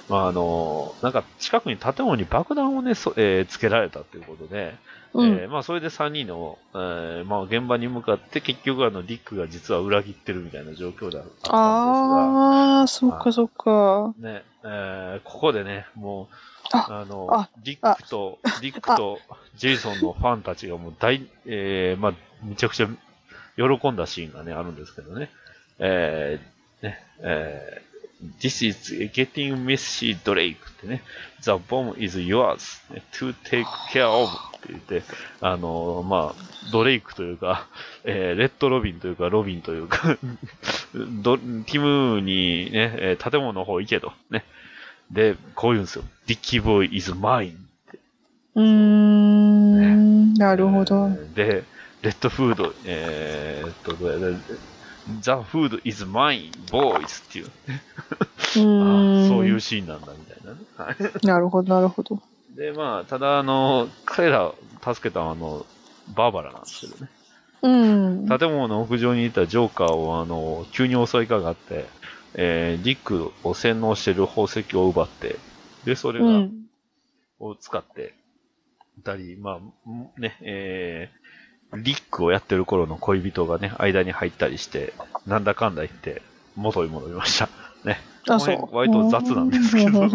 まあ、あのなんか、近くに建物に爆弾をね、そえーつけられたということで、うん。えーまあ、それで3人の、えーまあ、現場に向かって、結局、あの、ディックが実は裏切ってるみたいな状況であったんですが、ああ、そっかそっか。ね、えーここでね、もう、ああの、あディックと、ディックとジェイソンのファンたちがもう大、えーまあ、めちゃくちゃ喜んだシーンがね、あるんですけどね。えーね、えー This is getting messy, Drake ってね、The bomb is yours to take care of って言って、あのまあ、ドレイクというか、えーレッドロビンというか、ロビンというか、どティムにね、えー建物の方行けと。ね。で、こう言うんですよ。ディッキーボーイ is mine. うーん。なるほえ。どーで、レッドフード、えーっと、どうやら The food is mine, boys っていう。あーそういううシーンなんだみたいなね。はいーん。なるほど、なるほど。で、まあ、ただ、あの、彼らを助けたのは、あの、バーバラなんですけどね。うん。建物の屋上にいたジョーカーを、あの、急に襲いかかって、えーディックを洗脳している宝石を奪って、で、それが、うん。を使って、たり、まあ、んね、えー、リックをやってる頃の恋人がね、間に入ったりして、なんだかんだ言って、元に戻りました。 ね。あ、そうこ。の辺割と雑なんですけどうん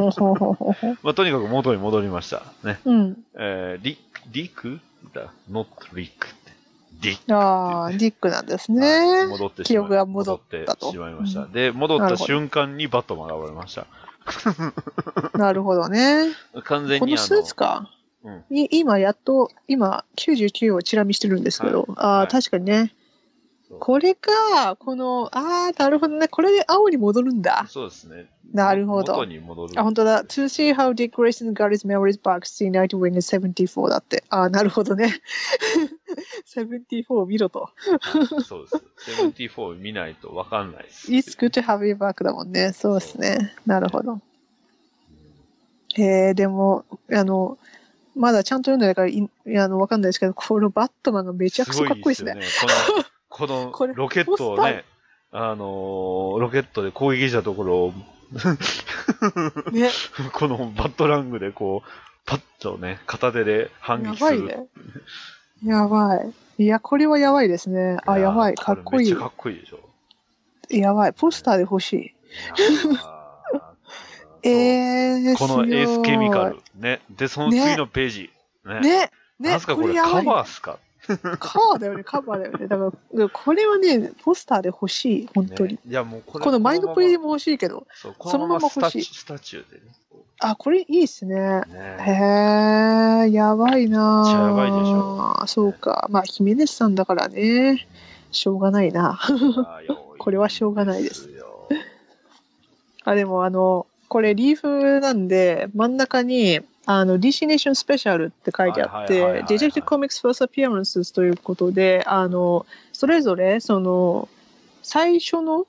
まあ、とにかく元に戻りました。ね。うん。えー、リック、リックだ、not リックって。ディックああ、ディックなんですはいね。戻ってしまい記憶が戻ったと戻ってしまいました。で、戻っなたるほど瞬間にバットマンが現れました。なるほどね。完全こにのあスーツか。うんい今やっと今99をチラ見してるんですけど、ああはい確かにねこれか、この、あー、なるほどね。これで青に戻るんだ。そうですね。なるほど元に戻る。あ、本当だ。To see how Dick Grayson got his memories back, see Night Wing is 74だって。あー、なるほどね。74を見ろと。そうです。74見ないと分かんないです。 It's good to have you back だもんね。そうですね。なるほど。えー、でも、あの、まだちゃんと読んでないからい、いやあの、わかんないですけど、このバットマンがめちゃくちゃかっこいいですね。すごいですよね。この、こ このれロケットをポスタね、あのーロケットで攻撃したところを、ね、このバットラングでこう、パッとね、片手で反や撃ばすいる。ね。やばい。いや、これはやばいですね。あ、いーやばい。こかれっこいめいっちゃ。かっこいいでしょ。やばい。ポスターで欲しい。いやー えー、このエースケミカすル。ね。で、その次のページ。ね。ごい。ね、ね、なんすかこれやばカい。バーっすかカバーだよね、カバーだよね。だから、これはね、ポスターで欲しい。本当に。ねいや、もうこれ。このマインドプレイリも欲しいけど。そう、こそのまのまままスタ欲チしュいスタチューでね。あ、これいいですね。へねえ、やばいなぁ。めっちゃやばいでしょそうか。まあ、ヒメネスさんだからね。しょうがないな。 これはしょうがないですいやー。あ、でもあの、これリーフなんで、真ん中に、あの、DC Nation Special って書いてあっはいはいはいはいては、いデジェクトコミックス First Appearances ということで、あの、それぞれ、その、最初の、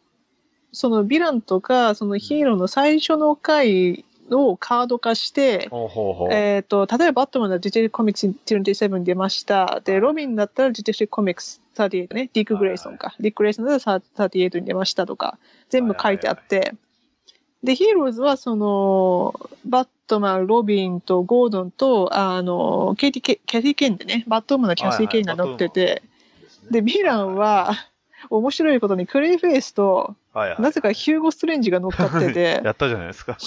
そのヴィランとか、そのヒーローの最初の回をカード化して、ほうほう ほう。えっ、と、例えばバットマンだったら GT コミックス27出ました。で、ロビンだったら GT コミックス38ね。ディック・グレイソンか。ディック・グレイソンだったら38に出ましたとか、全部書いてあって。で、ヒーローズはその、バットマン、ロビンとゴードンと、あの、ケイティ・ケキャティ・ケインでね、バットマンのキャティ・ケインが載ってて、で、ヴィランは、面白いことにクレイフェイスと、はいはい、、なぜかヒューゴ・ストレンジが乗っかってて やったじゃないですか。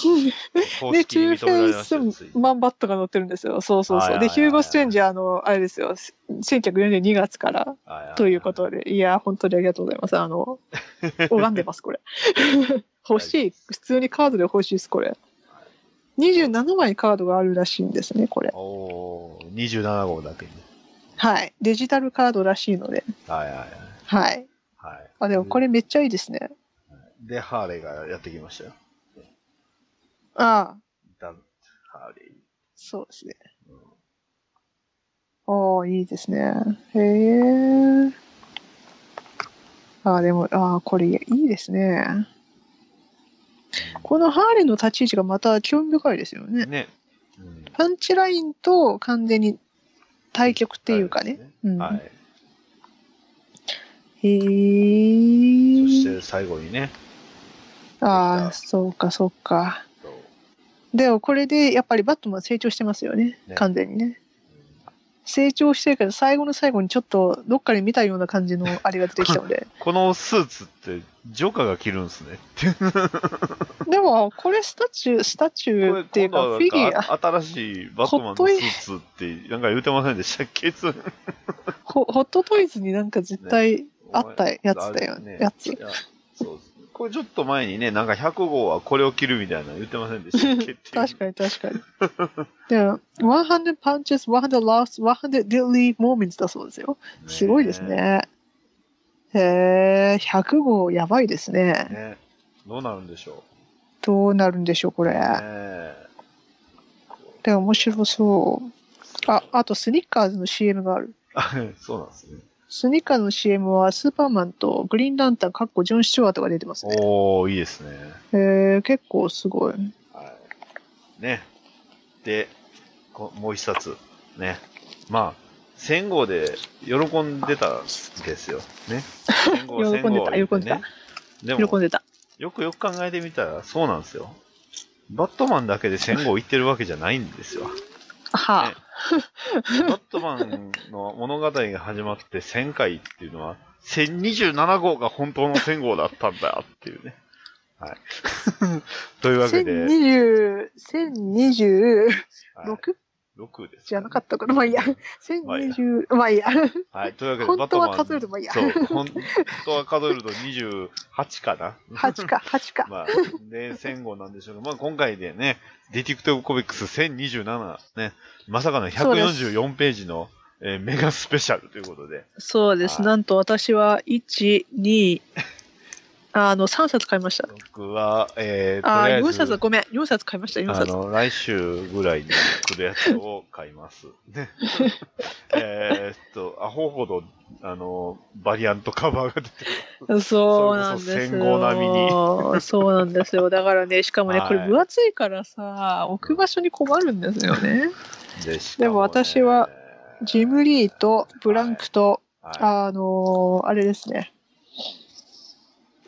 公 で、式チュに認ーフめられましたよェイついスマンバットが載ってるんですよ。そうそうはいそはう。いはいで、ヒューゴ・ストレンジ、あの、あれですよ、1942月からはははということで、いや、本当にありがとうございます。あの、拝んでます、これ。欲しい。普通にカードで欲しいです、これ。27枚カードがあるらしいんですね、これ。おー、27号だけに。はい。デジタルカードらしいので。はいはいはい。はい。はい、あ、でもこれめっちゃいいですね。で、ハーレーがやってきましたよ。ああ、ダンハーレそうですね。ー。うんおー、いいですね。へえ。あー、でも、あー、これいいですね。このハーレンの立ち位置がまた興味深いですよね。ね。うんパンチラインと完全に対局っていうかね。うんはい。へそしえ。て最後にね。ああ、そうか、そうか。そうでもこれでやっぱりバットマン成長してますよね。ね完全にね。うん成長してるけど、最後の最後にちょっとどっかで見たような感じのあれが出てきたので。このスーツって、ジョーカーが着るんですね。でも、これスタチュー、スタチューっていうか、フィギ今度はュなんア、か新しいバットマンのスーツって、なんか言うてませんでしたっけいつホホットトイズになんか絶対あったやつだよあれね。やつい。やそうですねこれちょっと前にね、なんか100号はこれを着るみたいなの言ってませんでしたっけっていう 確かに確かに。でも、100 punches, 100 lost, 100 deadly moments だそうですよ。ねすごいです。ね。へえ、100号やばいですね。ねどうなるんでしょどうなるんでしょう、こう。れ。ねでも面白そう。あ、あとスニッカーズの CM がある。あそうなんですね。スニッカーズの CM はスーパーマンとグリーンランタン、かっこジョン・シチュワートが出てますね。おー、いいですね。えー、結構すごい。はい。ね。で、こもう一冊。ね。まあ、1000号で喜んでたんですよ。 ね。1000号、喜んでた1000号喜んでたね。でも喜んでた。よくよく考えてみたら、そうなんですよ。バットマンだけで1000号いってるわけじゃないんです よ。はねバットマンの物語が始まって1000回っていうのは、1027号が本当の1000号だったんだっていうね。 はい。というあ。わけで、 1020、1026はい、6です、じゃなかったかな。まあいいや。まあいいや1020、まあいいや。はい。というわけで、本当バットはマン数えるとまあいいやそう。 本当は数えると28かな。 8か、8か。まあ、で、1000号なんでしょうけど、まあ今回でね、ディティクティブコミックス1027、ね、まさかのそうです144ページの、ええーメガスペシャルということで。そうです。はいなんと私は、1、2、あの、3冊買いました。僕は、えー、とあありあー、えず4冊、ごめん。4冊買いました、4あ冊。の、来週ぐらいに来るやつを買います。ね えーっと、アホほど、あの、バリアントカバーが出てる。そうなんですよ。それこそ戦後並みにそうなんです よ。だからね、しかもね、はいこれ分厚いからさ、置く場所に困るんですよね。でしでも私は、ジムリーとブランクと、はい、あのーあれですね。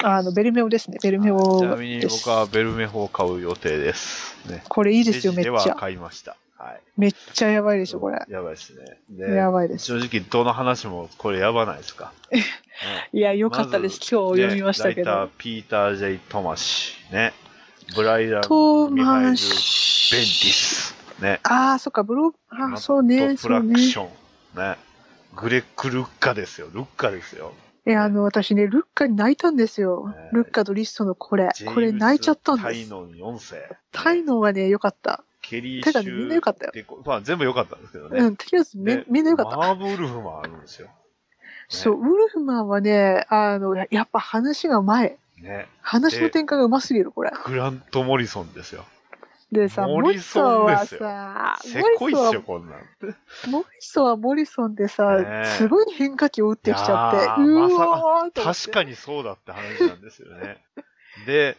あの、ベルメオですね。ベルメオちなみにです。僕はベルメホを買う予定です。ね。これいいいですよ、めっでちはゃ。買いました。はい。めっちゃやばいでしょ、これ。やばいですね。でやばいです。正直、どの話もこれやばないですか。ねいや、よかったです。今日読みましたねけライどター。、ピーター・ジェイ・トマシ。ね。ブライダン・トーミハイル・ベマンンティシ。ス。ね。ああ、そっか、ブロマッあ、トそうね、フそうラクね。ション。ね。グレック・ルッカですよ。ルッカですよ。え、あの、私ね、ルッカに泣いたんですよね。ルッカとリストのこれジ。これェーム泣いちゃったんタでイす。ノン4世。タイノはね、良かった。ケリー・シてュかねみんな良かったよデコまあ、全部良かったんですけどね。うん、とりあえずめでみんな良かった。マーブ・ウルフもあるんですよ。ねそう、ウルフマンはね、あの、やっぱ話が前。ね。話の展開がうますぎる、これ。グラント・モリソンですよ。でさ、モモリリソソンンではすよさ、せモこいリっソすンはよ、、こんなん。モリソンはモリソンでさね、えすごい変化球打ってきちゃっていや、ーうまさわーと思って確かにそうだって話なんですよね。で、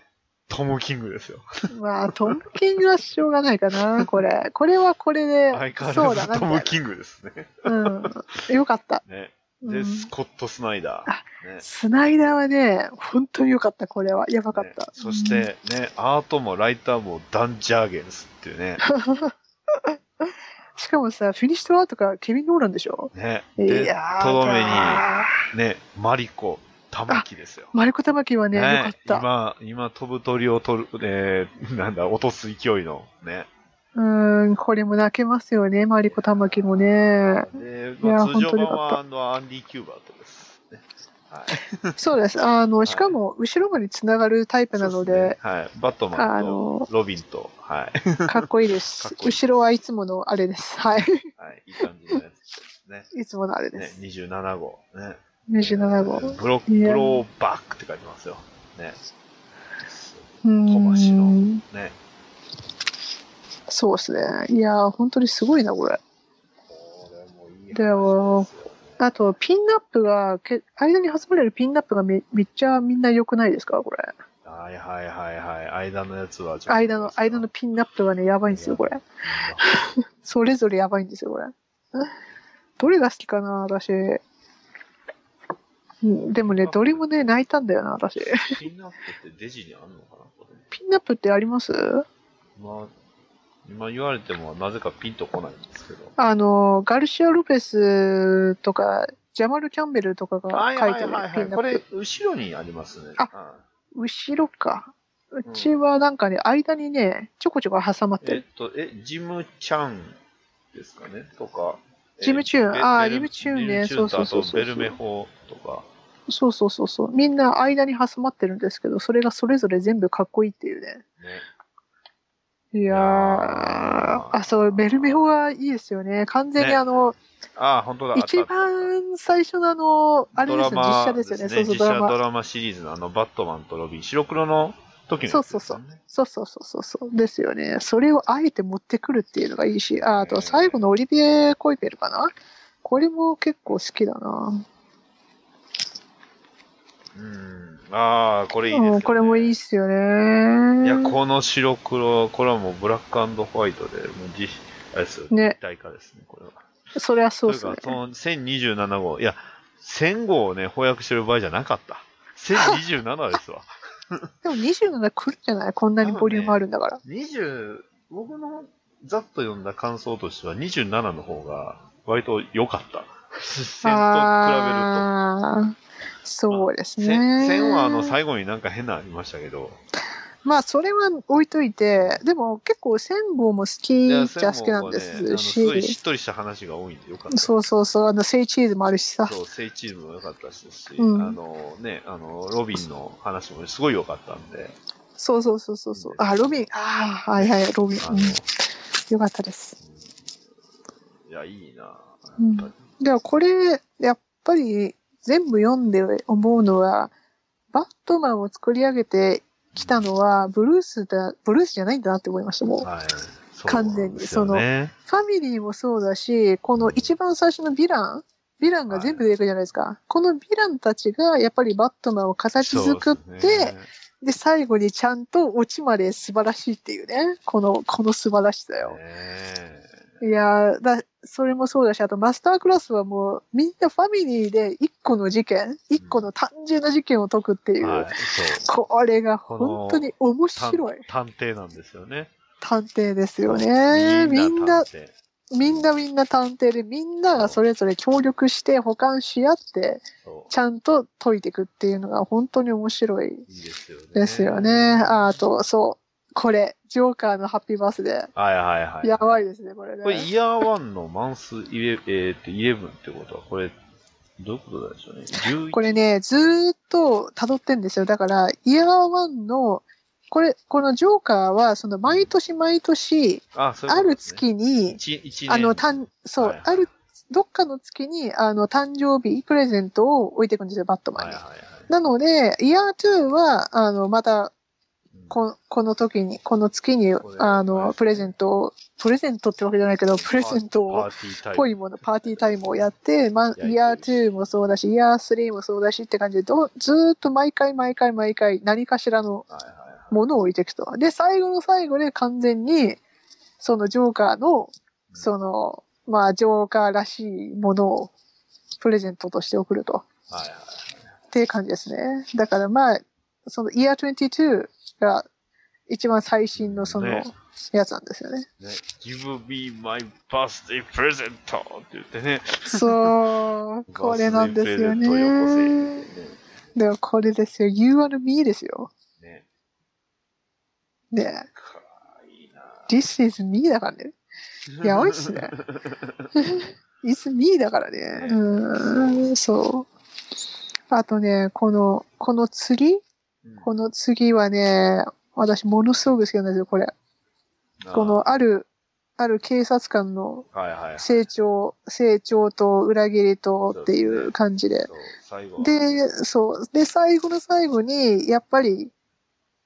トム・キングですよ。まあ、トムキングはしょうがないかな、これ。これはこれ相で、変そわうだらなずトみたいなム・キングですね。うん。よかった。ねうで、んスコット・スナイダあー。ねスナイダーはね、本当によかった、これは。やばかっねた。そして、ね、アートもライターもダン・ジャーゲンスって いうね。しかもさ、フィニッシュアートからケビン・ノーランでしょね、いでやー。とどめにだね、マリコ、タマキですよ。ーマリコ・タマキはね、よねかった。今、今、飛ぶ鳥を取る、えー、なんだ、落とす勢いの、ね。うーん、これも泣けますよね、マリコ・タマキも ね。で、まあ、いや通常版本当によかったは、あの、アンディ・キューバーとです。ねはい。そうです。あの、いしかも、後ろまで繋がるタイプなのそうで、すねはい。バットマンあとの、ロビンと、はい。かっこいいで かっす。こいい後ろはいつものあれです。はい。はい。いい感じのやつですね。いつものあれでねす、。 27号。ね。 27号。ブロいッやクローバックって書いてますよ。ね。うマシのーん。ね。そうですね。いやー、本当にすごいな、これ。これもいい話でもすよねあと、ピンナップが、け間に挟まれるピンナップがめめっちゃみんな良くないですかこれ。はいはいはいはい。間のやつはちょっと間の、間の。ピンナップがね、やばいんですよ、これ。それぞれやばいんですよ、これ。どれが好きかな、私。うんでもね、どれもね、泣いたんだよな、私。ピンナップってデジにあんのかなこれピンナップってありますまあ、今言われてもなぜかピンとこないんですけど。あの、ガルシア・ロペスとか、ジャマル・キャンベルとかが書いてるピンナこッれプ。、後ろにありますね。ああ後ろか。うちはなんかね、間にね、ちょこちょこ挟まってえっる。と、え、ジムチャンですかねとか。えジムチューンベあーベルジムチューンねベルチューンとそうそうそうそうあとベルメホとか。そうそうそうそう。みんな間に挟まってるんですけど、それがそれぞれ全部かっこいいっていうね。ね。いやー、いやーあ、そう、ベルメホはいいですよね。完全にねあの、ああ、本当だ。あった一番最初のあの、あれですよ、実写ですよね。そうそう、実ドラ写ドマ。ラマシリーズのあの、バットマンとロビン、白黒の時のやつですよね、そうそうそうそうそう。ですよね。それをあえて持ってくるっていうのがいいし、ああえーと最後のオリビエ・コイペルかなこれも結構好きだな。うん。ああ、これいいですよ、うね。ん、これもいいっすよね。いや、この白黒、これはもうブラックホワイトで、もう実、あれですよ、ね一体化ですね、これは。それはそうですといねうか、。その1027号、いや、1000号をね、翻訳してる場合じゃなかった。1027です わ。でも27来るんじゃないこんなにボリュームあるんだから。 20、僕のざっと読んだ感想としては、27の方が割と良かった。1000と比あーそうですべると。1000ね。 1000はあの最後になんか変なのありましたけど、まあ、それは置いといて、でも結構1000号も好きいやじゃ好きなんで1000号はねあすのすごいし、しっとりした話が多いんでよかったです。そうそうそう、あの、セイチーズもあるしさ。そう、セイチームも良かったですし、うんあのね、あの、ロビンの話もすごい良かったんで、そうそうそうそうそう。あ、ロビン。ああ、はいはい、ロビン。あうの、んよかったです。いや、いいなやうんっぱりでもこれ、やっぱり全部読んで思うのは、バットマンを作り上げてきたのは、ブルースだ、ブルースじゃないんだなって思いました、もう。はい。完全にそうなんですよねファミリーもそうだし、この一番最初のヴィラン、ヴィランが全部出てくるじゃないですか。このヴィランたちが、やっぱりバットマンを形作って、そうでですね最後にちゃんとオチまで素晴らしいっていうね。この、この素晴らしさよ。ねえいやーだ、それもそうだし、あとマスタークラスはもう、みんなファミリーで一個の事件、一個の単純な事件を解くっていう。はい、そう。これが本当に面白い探偵なんですよね。探偵ですよね。みんな、探偵みんなみんな探偵で、みんながそれぞれ協力して保管し合って、そうちゃんと解いていくっていうのが本当に面白いいいですよね。ですよね。ああと、そう、これ、ジョーカーのハッピーバースデはいはいはい。ー。やばい。いですね、これね。これ、イヤーワンのマンスイレ、えー、っと、イレブンってことは、これ、どういうことなんでしょうね。11これね、ずーっと辿ってんですよ。だから、イヤーワンの、これ、このジョーカーは、その、毎年毎年、あ、そういうあことるですね。月に、一一年あの、たん、そう、はいはいある、どっかの月に、あの、誕生日プレゼントを置いていくんですよ、バットマはンいに。はいはい。なので、イヤー2は、あの、また、ここの時に、この月にこれ、あはの、いプレゼントを、プレゼントってわけじゃないけど、プレゼントをパ、ーティータイっムぽいもの、パーティータイムをやって、まあ、イヤー2もそうだし、イヤー3もそうだしって感じで、どうずーっと毎回毎回毎回何かしらのはいはいはいものを置いていくと。で、最後の最後で完全に、そのジョーカーの、その、まあ、ジョーカーらしいものをプレゼントとして送ると。はいはいっていう感じですね。だからまあ、そのイヤー22が一番最新のそのねやつなんですよね。 ね、Give me my birthday present! って言ってね。そう、これなんですよバースデープレゼントをよこせね。でもこれですよ。You and me ですよ。ねねねかわいいな This is me だからね。やばいっ すね。It's me だからね。うーん、そう。あとね、この、この次この次はね、私ものすごく好きなんですよ、これ。こ、の、ある、ある警察官のあーはいはいはい。成長、成長と裏切りとっていう感じで。そう最後はで、そう。で、最後の最後に、やっぱり、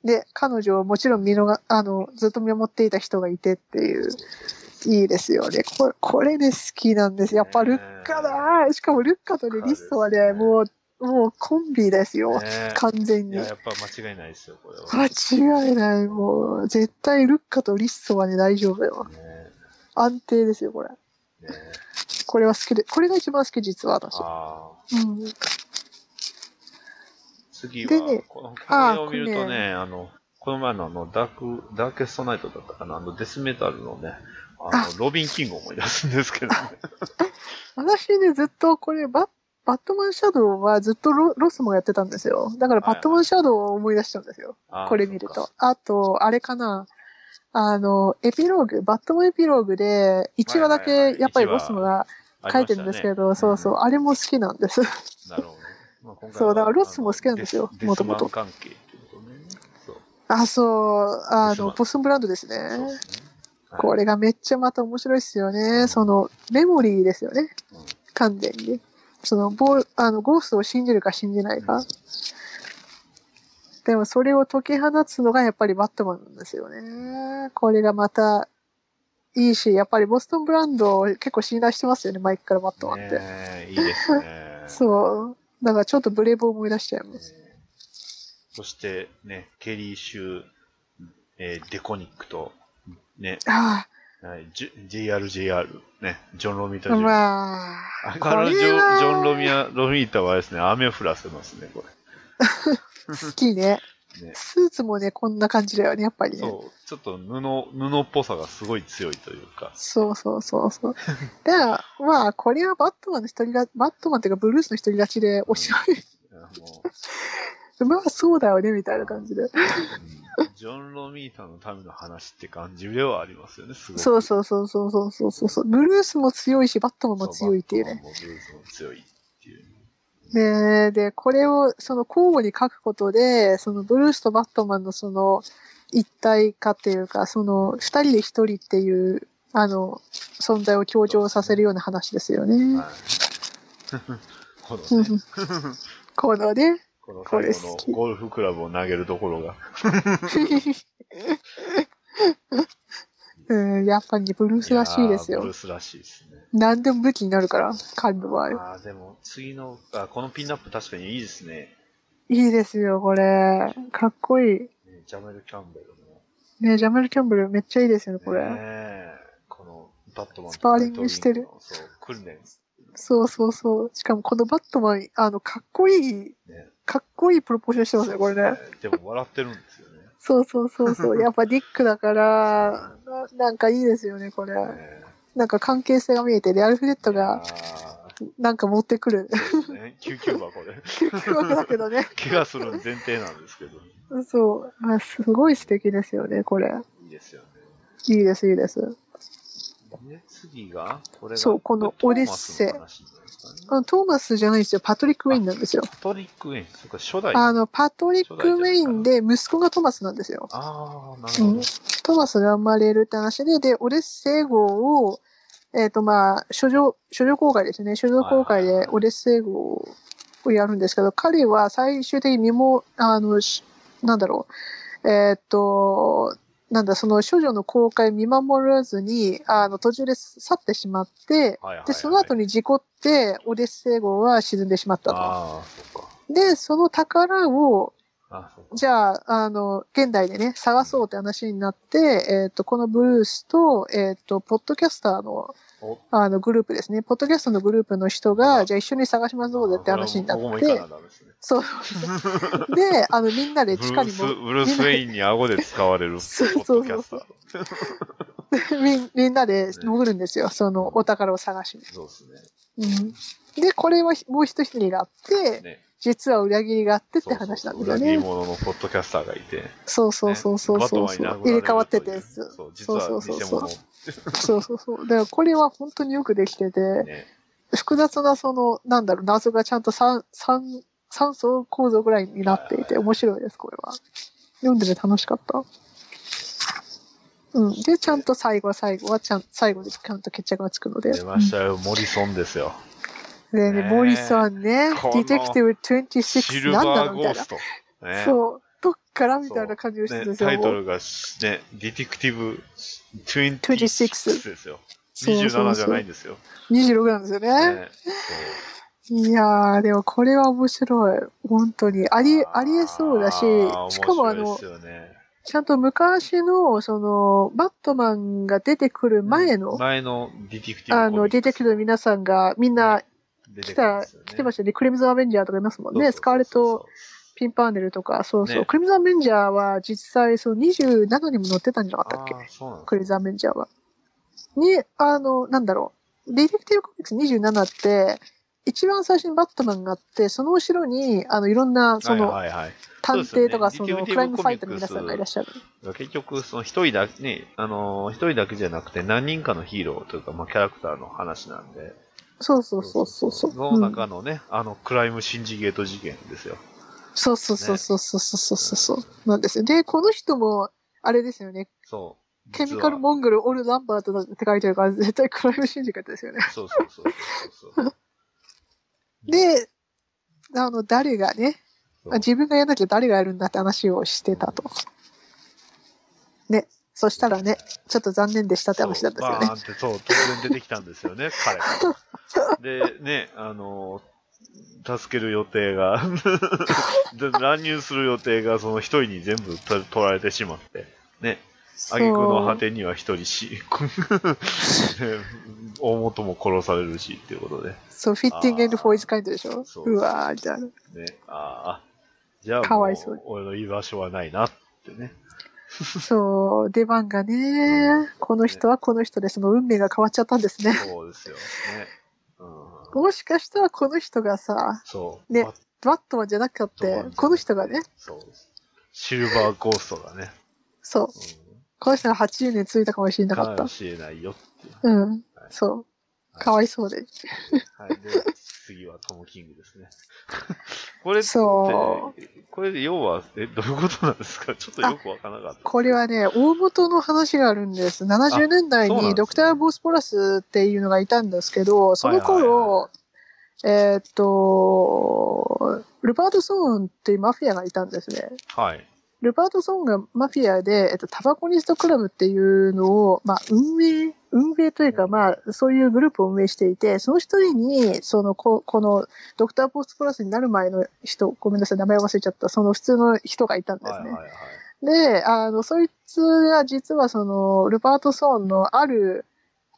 で、彼女をもちろん見逃、あの、ずっと見守っていた人がいてっていう、いいですよね。これ、これで好きなんです。やっぱルッカだしかもルッカとね、リストはね、もう、もうコンビですよ。ね完全いにや、。やっぱ間違いないですよ、これは。間違いない。もう、絶対ルッカとリッソはね、大丈夫よ。ね安定ですよ、これ。ねこれは好きで、これが一番好き、実は私。あーうん。次ではね、このこあーれを見るとこれね、あの、この前のあの、ダーク、ダーケストナイトだったかな、あの、デスメタルのね、ああの、ロビン・キングを思い出すんですけどね。私ね、ずっとこれ、バッ、バットマンシャドウはずっとロロスもやってたんですよ。だからはいバットマンシャドウを思い出しちゃうんですよ。あー これ見る。そっとか。あと、あれかな。あの、エピローグ、バットマンエピローグで、1話だはいはいはけいやっぱり一話ロスムがあり書まいしてたねるんですけど、そうそう、あれも好きなんです。なるほどね。まあ、今回はそうだからロスも好きなんですよあのデスもともとデスマン関係ってことね。そう。あ、そう、あそうの、ボストンブランドですそうねで。すねはいこれがめっちゃまた面白いっすよね。その、メモリーですよねうん。完全に。その、ボーあの、ゴーストを信じるか信じないか。でも、それを解き放つのがやっぱりバットマンなんですよね。これがまた、いいし、やっぱりボストンブランドを結構信頼してますよね、マイクからバットマンって。。ねえいいですね そう。だからちょっとブレイブを思い出しちゃいます。えーそしてね、ケリー・シュー、えーデコニックと、ね、あはいジュ JRJR、ね、ジョン・ロミータ・あ、ジュニア。 まあ。あからジョこれはジョン・ロミア、ロミータはあれですね、雨降らせますね、こ好きねね。スーツもね、こんな感じだよね、やっぱりれ。ね。そう、ちょっと布、布っぽさがすごい強いというか。そうそうそうそう。だから、まあ、これはバットマンの一人が、バットマンっていうかブルースの一人勝ちで、おしまあのい。まあ、そうだよね、みたいな感じで。うん ジョン・ロミータのための話って感じではありますよね、すごく。そうそうそうそうそうそうそうそう。ブルースも強いし、バットマンも強いっていうね。そう。バットマンもブルースも強いっていう。ねえで、これを、その交互に書くことで、そのブルースとバットマンのその、一体化っていうか、その、二人で一人っていう、あの、存在を強調させるような話ですよね。はい。 このね、このね。ここのれ最好後きのゴルフクラブを投げるところが。 うん、やっぱりブルースらしいですやーブルよー。スらしいですね。何でも武器になるから、彼の場合。ああ、でも、次の、あ、このピンナップ確かにいいですね。いいですよ、これ。かっこいい。ねジャメル・キャンベルも。ねジャマル・キャンベルめっちゃいいですよね、こねれ。えこの、バットマンとスパーリングしてるナイトウィングの。そう、訓練。そうそうそう。しかもこのバットマン、あの、かっこいい、ね。かっこいいプロポーションしてますね、これね。でも笑ってるんですよね。そうそうそ うそう。やっぱディックだから、ななんかいいですよね、これ。ねなんか関係性が見えて、で、アルフレッドあが、なんか持ってく る。ーね、救急箱で。わけだけどね。怪我する前提なんですけど。そう。あすごい素敵ですよね、これ。いいですよね。いいです、いいです。で、次が、これが、そうこのオデッセイトーマスの話になりますかねあの、トーマスじゃないんですよ。パトリック・ウェインなんですよ。パトリック・ウェイン、そっか、初代。ああの、パトリック・ウェインで、息子がトマスなんですよ。あー、なるうほんど。トマスが生まれるって話で、で、オデッセイ号を、えっ、と、まあ、処女、処女公開ですね。処女公開はいはいでオデッセイ号をやるんですけど、彼は最終的に身も、あの、しなんだろう、えっ、と、なんだ、その処女の公開見守らずに、あの、途中で去ってしまって、はいはいはいで、その後に事故って、オデッセイ号は沈んでしまったああ、そっか。と。で、その宝を、あーそっか。じゃあ、あの、現代でね、探そうって話になって、えっ、と、このブルースと、えっ、と、ポッドキャスターの、おあの、グループですね。ポッドキャストのグループの人あが、じゃあ一緒に探しましょうぜって話になっここも行かなて、ダメですね。そう。で、あの、みんなブでル地下ーにス、ブも、ルース・ウェインに顎で使われる、ポ そうッそドうキャそうスタそーう。みみんなで潜るんですよ。その、お宝を探しに。そうですうん。で、これはひもう一ひねりがあって、ね。ね。実は裏切りがあってって話なんですよ裏切りね。者のポッドキャスターがいて。そうそうそうそうねそうバットそマンに殴らう。入れれる替わってといてうす。そう、実はそうそう偽そう物。そうそうそう。だからこれは本当によくできてて、ね。複雑なその、なんだろう、謎がちゃんと三、三、三層構造ぐらいになっていて、面白いです、これは。読んでて楽しかった。うん。で、ちゃんと最後は最後は、ちゃん、最後でちゃんと決着がつくので。出ましたよ、モリソンですよ。うんでね、ねえモリソンね、デこのィテクティブシ26ルなんだバろーうみゴたーいなス。ト。ね。そう。どっからみたいな感じをしてたんでね、すよ。タイもトうルが、ね、ディティクティブ26 26ですよ。そうそう27じそゃうないんですよ。 26なんですよね。ねそいやー、でもこれは面白い。本当に。あうり、ありえそうだしあー、しかもあ面の白、いですよねちゃんと昔の、その、バットマンが出てくる前の、前のディティクティブあの、ディテクティブの皆さんが、みんな出来くるんた、ですよね来てましたよね。クレムズンアベンジャーとかいますもんそうそうそうそね。うスカーレット・ピンパーネルとか、そうそう。ねクレムズンアベンジャーは実際、その27にも載ってたんじゃなかったっけあーそうなんですねクレムズンアベンジャーは。に、あの、なんだろう。ディテクティブコミックス27って、一番最初にバットマンがあって、その後ろに、あの、いろんな、その、はいはいはい探偵とか、そそうですよねの、ディテクティブクライムファイターの皆さんがいらっしゃる。結局、その一人だけ、ね、あのー、一人だけじゃなくて何人かのヒーローというか、まあ、キャラクターの話なんで、そうそうそうそうそう。のうん中のね、あの、クライムシンジゲート事件ですよ。そうそうそうそうそうそうそうそう。なんですよ。で、この人も、あれですよね。そう。ケミカルもモンゴル、オル・ランバートだって書いてるから、絶対クライムシンジケットですよね。そうそうそうそうそう。で、あの、誰がね、そうあ自分がやらなきゃ誰がやるんだって話をしてたと。ね。そしたらね、ちょっと残念でしたって話だったんですよバーね。ンって、そう、突然出てきたんですよね、彼 が。で、ね、あのー助ける予定が で、乱入する予定が、その一人に全部取取られてしまって、ね、そ挙句の果う。てには一人し、ね 大元も殺されるし、っていうことで、そう、フィッティングフォーイズカインドでしょそううわー、みたいな。ね、ああ、じゃあかもわういそうに、俺の居場所はないな、ってね。そう、出番がね、この人はこの人でその運命が変わっちゃったんですね。そうですよ、ね。うん、もしかしたらこの人がさ、そう。ねバッバットマンじゃなくっトマンて、この人がね、。そう。シルバーゴーストがね。そう、この人が80年続いたかもしれうん、なかかったも。しれないよっていう。うん、そう。かわいそうで。はい。で、 次はトム・キングですね。 これって、そこれで要は、え、どういうことなんですかちょっとよくわからなかった。これはね、大元の話があるんです。70年代そうなんですねにドクター・ボスポラスっていうのがいたんですけど、その頃、えーっと、ルパート・ソーンっていうマフィアがいたんですね。はい。ルパート・ソーンがマフィアで、えっと、タバコニストクラブっていうのを、まあ、運営、運営というか、まあ、そういうグループを運営していて、その一人に、その、ここの、ドクター・ポストプラスになる前の人、ごめんなさい、名前忘れちゃった、その普通の人がいたんですね。はいはいはい。で、あの、そいつが実はその、ルパート・ソーンのある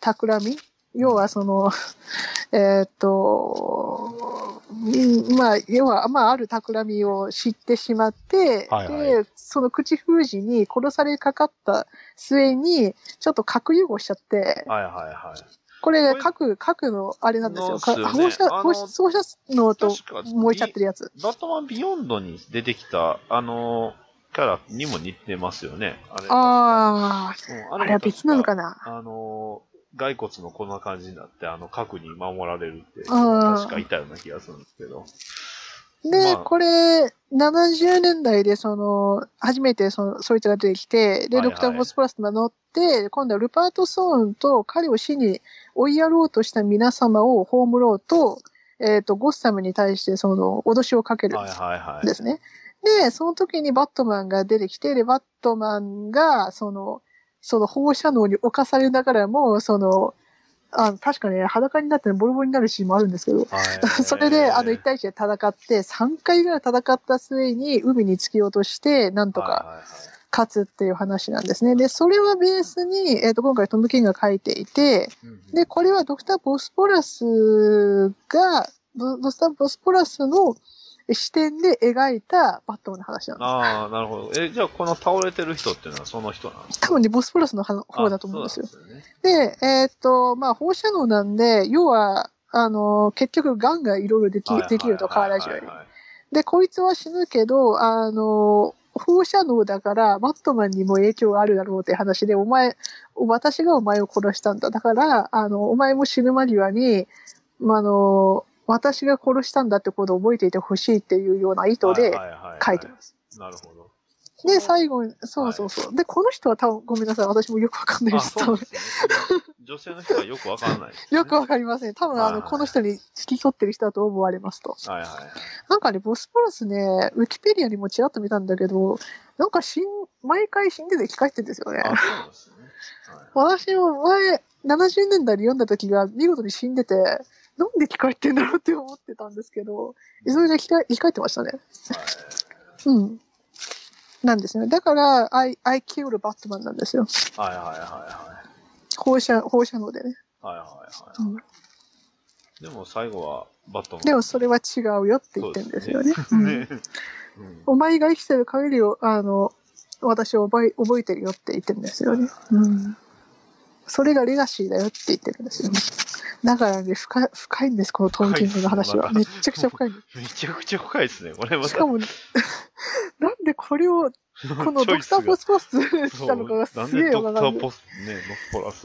企み要はその、 えーっと、んまあ、要は、まあ、ある企みを知ってしまって、はいはで、その口封じに殺されかかった末に、ちょっと核融合しちゃって、はいはいはい。これこれ核、核のあれなんですよ。かのっすよ放ね射、あの放射放射能と確か燃えちゃってるやつ。バットマンビヨンドに出てきた、あの、キャラにも似てますよね。あれ。あうんあ、ああれは別なのかな。な。あの、骸骨のこんな感じになって、あの、核に守られるって、あー確かいたような気がするんですけど。で、まあこれ、70年代で、その、初めて、その、そいつが出てきて、で、はいはいドクター・ボスプラスが乗って、今度はルパート・ソーンと彼を死に追いやろうとした皆様を葬ろうと、えっ、と、ゴッサムに対して、その、脅しをかけるはいんはいはい。ですね。で、その時にバットマンが出てきて、で、バットマンが、その、その放射能に侵されながらも、その、あ確かね、裸になってボロボロになるシーンもあるんですけど、はい それで、あの、1対1で戦って、3回ぐらい戦った末に、海に突き落として、なんとはいかはいはい勝つっていう話なんですね。で、それはベースに、えっ、と、今回トム・キングが書いていて、うんうんで、これはドクター・ボスポラスが、ドドクター・ボスポラスの視点で描いたバットマンの話なんです。ああ、なるほど。え、じゃあ、この倒れてる人っていうのはその人なんですか多分ね、ボスポラスの方方だと思うんですよあ。そうなんですよね。で、えーっと、まあ、放射能なんで、要は、あの、結局、癌がいろいろできできると、カーラジオより。で、こいつは死ぬけど、あの、放射能だから、バットマンにも影響があるだろうって話で、お前、私がお前を殺したんだ。だから、あの、お前も死ぬ間際に、まあ、あの、私が殺したんだってことを覚えていてほしいっていうような意図で書いてますす。なるほど。で、最後に、そうそうそう。で、この人は多分、ごめんなさい、私もよくわかん ないあ、です。多そう分ですね。女性の人はよくわかんないですね。よくわかりません。多分、あはいの、はいこの人に付き添ってる人だと思われますと。はいはいはい。なんかね、ボスプラスね、ウィキペディアにもちらっと見たんだけど、なんか死ん、毎回死んでて生き返ってんですよね。あ、そうなんですね。はい私も前、70年代に読んだ時が見事に死んでて、なんで生き返ってんだろうって思ってたんですけど、それで生き返生き返ってましたね。うん。なんですね。だから、I, I kill the Batman なんですよ。はいはいはいはい。放射、放射能でね。はいはいうんは、い。でも最後はバットマン。でもそれは違うよって言ってるんですよね。 うんね。うんお前が生きてる限りを、あの、私を覚え覚えてるよって言ってるんですよね。うん。それがレガシーだよって言ってるんですよね。だからね、深い深いんです、このトム・キングの話は。深いめでっちゃくちゃ深いんで。めちゃくちゃ深いですね。こ れますた。しかも、 なんでこれを、このドクター・ポススポースしたのかがすげえドわかクタんないー。ポス、ね、ノス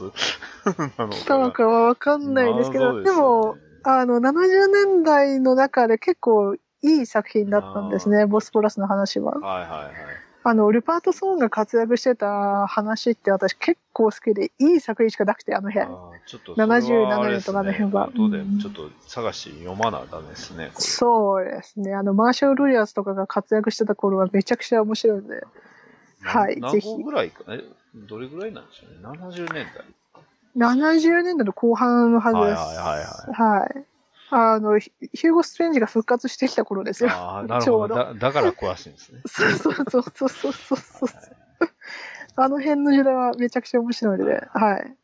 ポラス。 なの来たのかはわかんないですけ謎ど、ですでよねも、あの、70年代の中で結構いい作品だったんですね、ボスポラスの話は。はいはいはい。あの、ルパート・ソーンが活躍してた話って私結構好きで、いい作品しかなくて、あのあ辺。ーちょっと77年とかの辺はとでうんちょっと探して読まなダメですね。こそうですね。あの、マーシャル・ロイヤーズとかが活躍してた頃はめちゃくちゃ面白いんで。れはいなぜ何ひ本ぐらいか、え、どれぐらいなんでしょうね。70年代。 70年代の後半のはずはいではいす。はいはい。はい。あの、ヒヒューゴ・ストレンジが復活してきた頃ですよ。ああ、なるほちょど。うどだだから詳しいんですね。そうそうそうそうそうそうそう。あの辺の時代はめちゃくちゃ面白いので、はい。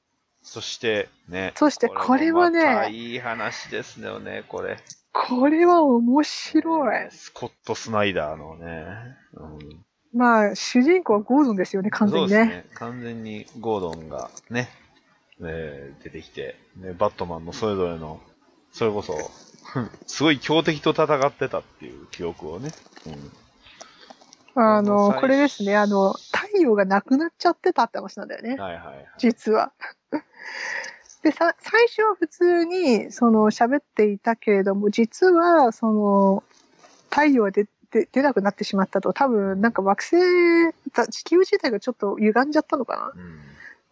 そしてね。そしてこれはねこもまたいい話ですよね、これ。これは面白い。スコット・スナイダーのね。うんまあ、主人公はゴードンですよね、完全にね。そうですね。完全にゴードンがね、えー出てきて、ね、バットマンのそれぞれの、それこそ、 すごい強敵と戦ってたっていう記憶をね。うん、ああのの、最これですね、あの、太陽がなくなっちゃってたって話なんだよね、はいはいはい。実は。でさ最初は普通にその喋っていたけれども実はその太陽が出出出なくなってしまったと多分なんか惑星だ地球自体がちょっと歪んじゃったのかなうん。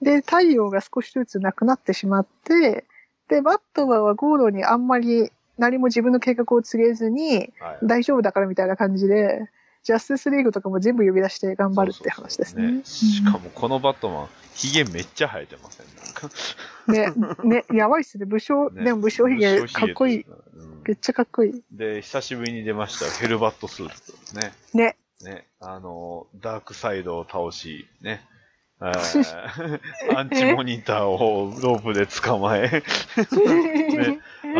で、太陽が少しずつなくなってしまって、で、バットマンはゴードンにあんまり何も自分の計画を告げずに、はい。大丈夫だからみたいな感じで、ジャスティスリーグとかも全部呼び出して頑張るって話ですね。そうそうそうねしかもこのバットマン、ヒゲめっちゃ生えてません。なんかうんね、ね、やばいっすね。武将、ねでも武将ヒゲ武将かっこいいで。すねめっちゃかっこいい。うんで、久しぶりに出ました、ヘルバットスーツですね。ね。ね、あの、ダークサイドを倒し、ね。え ーアンチモニターをロープで捕まえ、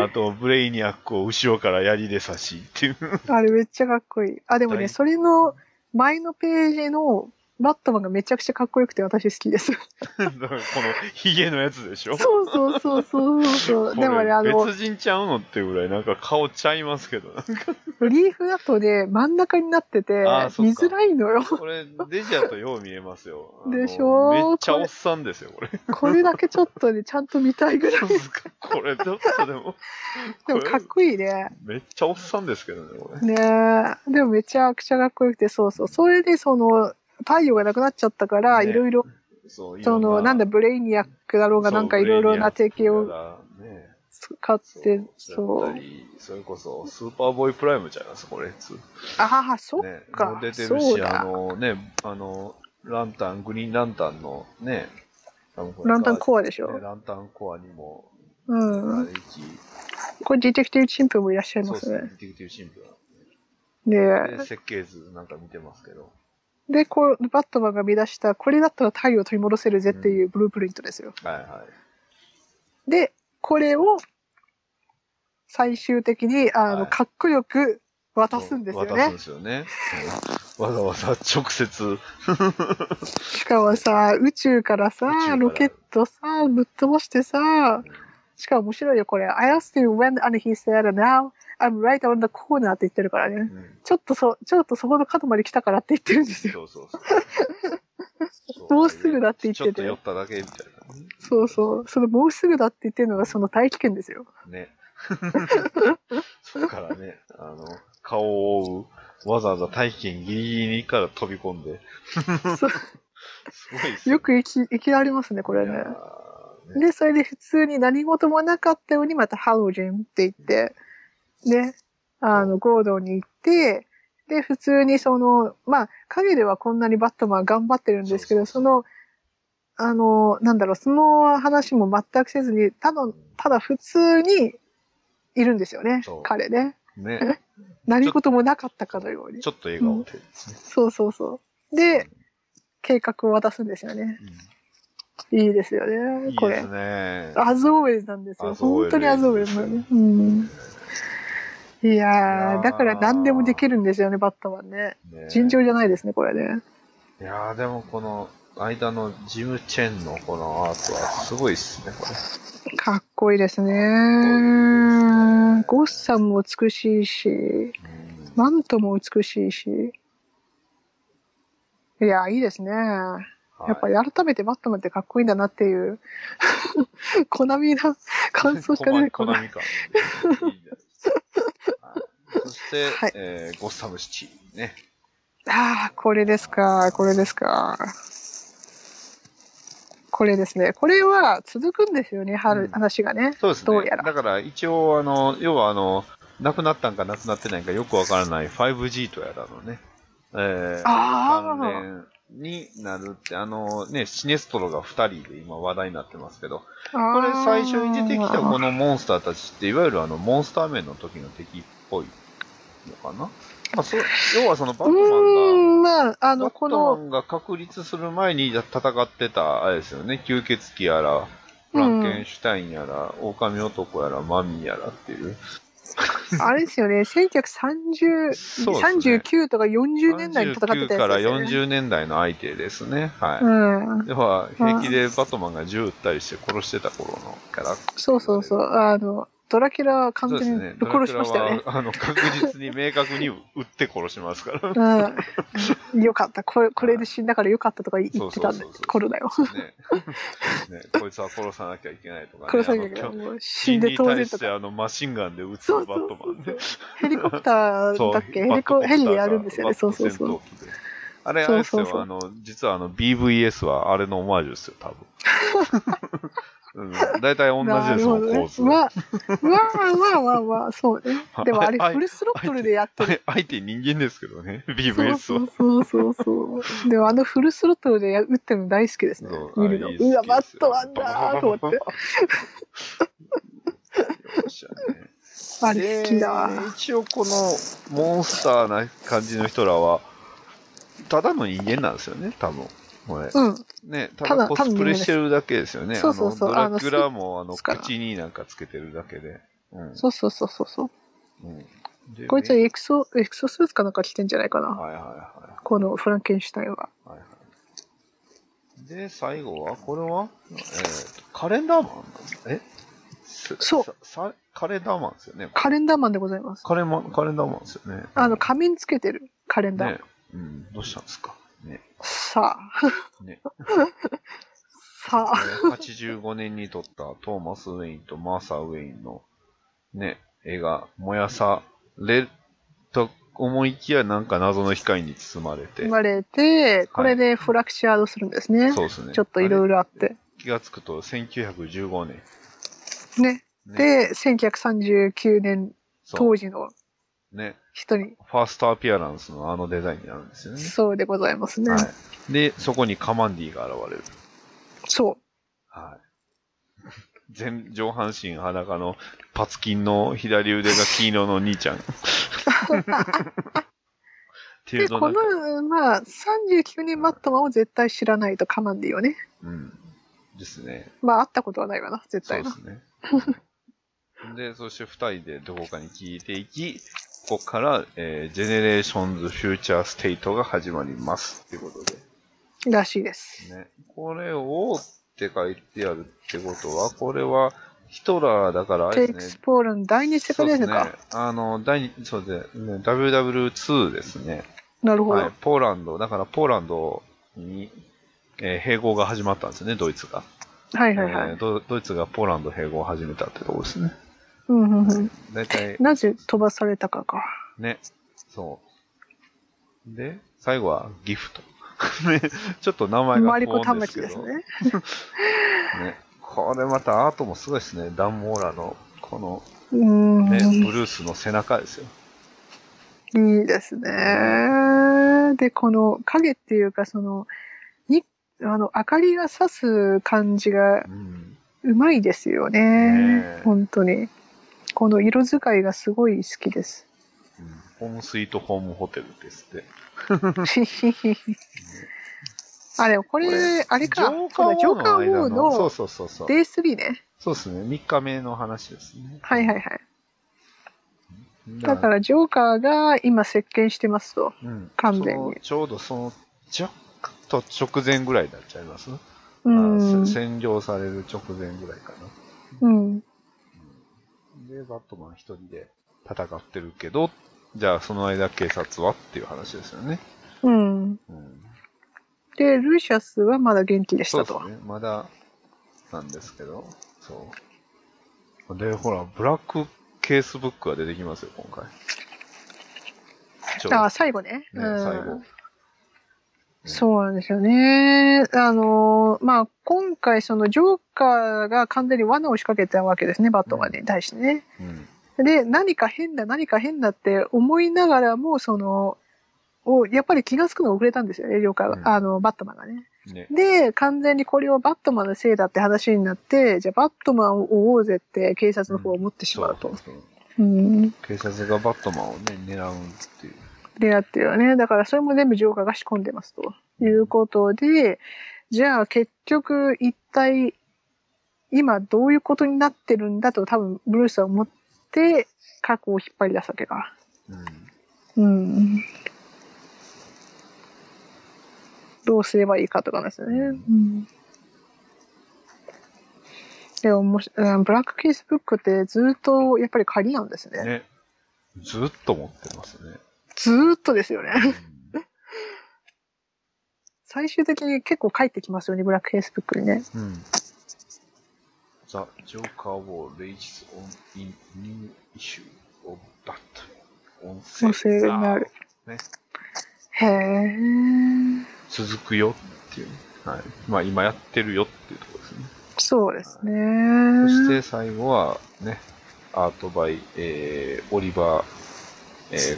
あと、ブレイニアックを後ろから槍で刺しっていう。あれめっちゃかっこいい。あ、でも大ね、それの前のページのバットマンがめちゃくちゃかっこよくて私好きです。だからこのヒゲのやつでしょそうそうそうそうそう。でもね、あのこれ、別人ちゃうのってぐらい、なんか顔ちゃいますけど。ブリーフだとね、真ん中になっててあー、そっ見かづらいのよ。これ、デジャとよう見えますよ。あのでしょめっちゃおっさんですよ、これ。これだけちょっとね、ちゃんと見たいぐらい。これ、ちょっとでも、でもかっこいいね。めっちゃおっさんですけどね、これ。ねえでもめちゃくちゃかっこよくて、そうそう。それで、その、太陽がなくなっちゃったから、ねいろいろ、そう、その、なんだ、ブレイニアックだろうが、なんかいろいろな提携をを。ね買って、だそっうた。りそれこそ、スーパーボーイプライムじゃないですか、これ。つああ、そっね、かもう出てるそうし、だあの、ね、あの、ランタン、グリーンランタンのね、ランタンアコアでしょ。ランタンコアにも、うあん。れ一これ、ディテクティブチンプもいらっしゃいそまうですすねね。、ディティクティブシンプルねなえで設計図なんか見てますけど。で、こう、バットマンが見出した、これだったら太陽を取り戻せるぜっていうブループリントですよ。はいはい。で、これを最終的に、あの、はいかっこよく渡すんですよ渡すんねで。すよね。そうわざわざ直 接、しかもさ、宇宙からさ宇宙から、ロケットさ、ぶっ飛ばしてさ、しかも面白いよ、これ。I asked him when and he said, now I'm right on the corner って言ってるからね。うんちょっとそ、ちょっとそこの角まで来たからって言ってるんですよ。そうそうそう。 そうもうすぐだって言っててちょっと酔っただけみたいそうそう。そのもうすぐだって言ってるのがその大気圏ですよ。な。ね。 そこからね、あの、顔を覆う、わざわざ大気圏ギリギリから飛び込んで。そすうごいですよく生き、生きられますね、これいねや。ーねで、それで普通に何事もなかったようにまたハロジンって言って、ね、あの、ゴードンに行って、で、普通にその、まあ、影ではこんなにバットマン頑張ってるんですけど、そそうその、あの、なんだろう、その話も全くせずに、ただ、ただ普通にいるんですよねそう、彼ね。ね。何事もなかったかのようにち。ょっと笑顔で。そうそうそう。で、計画を渡すんですよね。うんいいですよいね、いこでれす。ね。アズオウェイズなんですよ。 As always 本当にアズオウェイズなのね。うん。いいややーー、だから何でもできるんですよね、バットマンね。ね尋常じゃないですね、これね。いやーでもこの間のジム・チェンのこのアートはすごいっすね、これ。かっこいいですすねね。ゴッサムも美しいし、うんマントも美しいし。いやー、いいですね。やっぱはいり改めてバットマンってかっこいいんだなっていう、 コナミな感想しか出 てコこナない。ミコナミ感。 いいじゃないですかはいそして、はいえーゴッサムシティね。ああ、これですか、これですか。これですね。これは続くんですよね、う春ん話がね。そうですね。どうやらだから一応、あの、要はあの、なくなったんかなくなってないんかよくわからない 5G とやらのね、えー、あー関連になるって、あのね、シネストロが2人で今話題になってますけど、ここれ最初に出てきたこの。のモンスターたちっていわゆるあのモンスター面の時の敵っぽいのかな、まあ、そう要はそのバッうトマンがーん、まあ、あバの、こットマの、ンが確立する前に戦ってたあれですよね吸血鬼やらフランケンシュタインやら、狼男やらマミーやらっていうあれですよね、1930、そうですね39とか40年代に戦ってた39からやつですよね。 40年代の相手ですねはい、うん。では平気でバットマンが銃撃ったりして殺してた頃のキャラクターそうそうそう。あの、ドラキュラ完そうです全にね。ぶっ殺しましたよねドラキュラはあの、確実に明確に撃って殺します から。うん、よかったこれこれで死んだからよかったとか言ってたんそだうそうそうそう頃だよねね、こいつは殺さなきゃいけないとか、ね、殺さなきゃいけあなのいきょもう死死んんでで当当然然ととかか。あのマシンガンで撃つそバうそッうトそマうンで。ヘリコプターだっけヘリバコットコプターがヘリでやるんですよねそうそうそ。バッうト戦闘機であれ、あれですそうそうそうよ、あの、実はあの、BVS はあれのオマージュですよ、多 分。うん、大体同じなでるすもほん、ど構ね図。まあまあまあまあまあそうねでもあれああいフルスロットルでやってあるれ相手人間ですけど ね、そう BVS そはう。そうそうそうでもあのフルスロットルでや打ってるの大好きですねそう見るのあれいいですうわいいバですットマンだー と思ってよっしゃねあれ好きだわで一応このモンスターな感じの人らは、ただの人間なんですよね、多分。これうんね、たただだコスプレしてるだけですよね。そうそうそうあのドラキュラもあののスカ口になんかつけてるだけで。うん。そうそうそうそうそううんでこいつはめエクソエクソスーツかなんか着てんじゃないかなはいはいは。このフランケンシュタインはいはいはい、で、最後は、これは、えーと、カレンダーマンなんですえすそうささカレンダーマンですよね。カレンダーマンでございますカレンマンカレンダーマンですよね。あの仮面つけてるカレンダー、ね、うん、どうしたんですか。ね。さあ、ねさあ85年に撮ったトーマス・ウェインとマーサー・ウェインのね、映画、燃やされと思いきやなんか謎の光に包まれて生、まれてこれでフラクチャードするんですね、そうですね。ちょっといろいろ。ろあって気がつくと1915年。ねね、で1939年そ当う時のね、人にファーストアピアランスのあのデザインになるんですよね。そうでございますね、はい、で、そこにカマンディが現れる。そはい。全上半身裸のパツキンの左腕が金色の兄ちゃん。ってういでうのこなんか、のまあ39年マットマンを絶対知らないとカマンディよねうん。ですね。まあ会ったことはないわな絶そう対でなすね。で、そして二人でどこかに聞いていき、ここから、えー、ジェネレーションズ・フューチャー・ステイトが始まります。ってことで。らしいですね、これをって書いてあるってことは、これはヒトラーだからあテれイでクすねス。ポールの第二次世そ界うで大す戦ねか、。あの、第二、そうですね、WW2 ですね。なるほど、はい、ポーランド、だからポーランドに、えー併合が始まったんですよね、ドイツが、はいはいはい、えード。ドイツがポーランド併合を始めたってとこですね。うんうんうん大体、なぜ飛ばされたかかね、そう。で、最後はギフト。 ね、ちょっと名前がマリコ不穏端ですけ末どですねね。これまたアートもすごいですね。ダンモーラの、この、うーん、ね、ブルースの背中ですよ。いいですね。で、この影っていうか、その、に、あの、明かりが差す感じがうん。うまいですよね。ねえ本当に。この色使いがすごい好きです。うんホームスイートホームホテルですって。あ、でもここれ、あれか。ジョーカそうだジョーカーー王の間王のそうのそうそうそう。デイスリーね。そうですね。3日目の話ですね。はいはいはい。いだから、ジョーカーが今席巻してますと。ら、うん完全にそのちょうどその、ちょっと直前ぐらいになっちゃいますあうーん。せ占領される直前ぐらいかな。うん。で、バットマン一人で戦ってるけど、じゃあその間警察はっていう話ですよね。うん。うん、で、ルーシャスはまだ元気でしそうたでと。すね。まだなんですけど、そう。で、ほら、ブラックケースブックが出てきますよ、今回。ちょうどあ、最後ね。うんね、最後。そうなんですよね。あのーまあ、今回、その、ジョーカーが完全に罠を仕掛けたわけですね、バットマンに対してね。うん。で、何か変だ、何か変だって思いながらも、その、をやっぱり気がつくのが遅れたんですよね、ジョーカーが、うんあの、バットマンがね。ね。で、完全にこれをバットマンのせいだって話になって、じゃあバットマンを追おうぜって警察の方は思ってしまうと。そううん。警察がバットマンをね、狙うっていう。でやってるよね。だからそれも全部ジョーカーが仕込んでますと。いうことで、じゃあ結局一体今どういうことになってるんだと多分ブルースは思って過去を引っ張り出すわけか。うん。うん。どうすればいいかとかなんですよね。うん。えおもしうんブラックケースブックってずっとやっぱり仮なんですね。ね。ずっと持ってますね。ずーっとですようね。ん最終的に結構帰ってきますよね、ブラックケースブックにね。うん。The Joker War rages on in new issue of that. 音音声になる。ねへえ。続くよっていう。はい。まあ今やってるよっていうところですね。そうですね。そして最後はね、アートバイ、えー、オリバー、えー、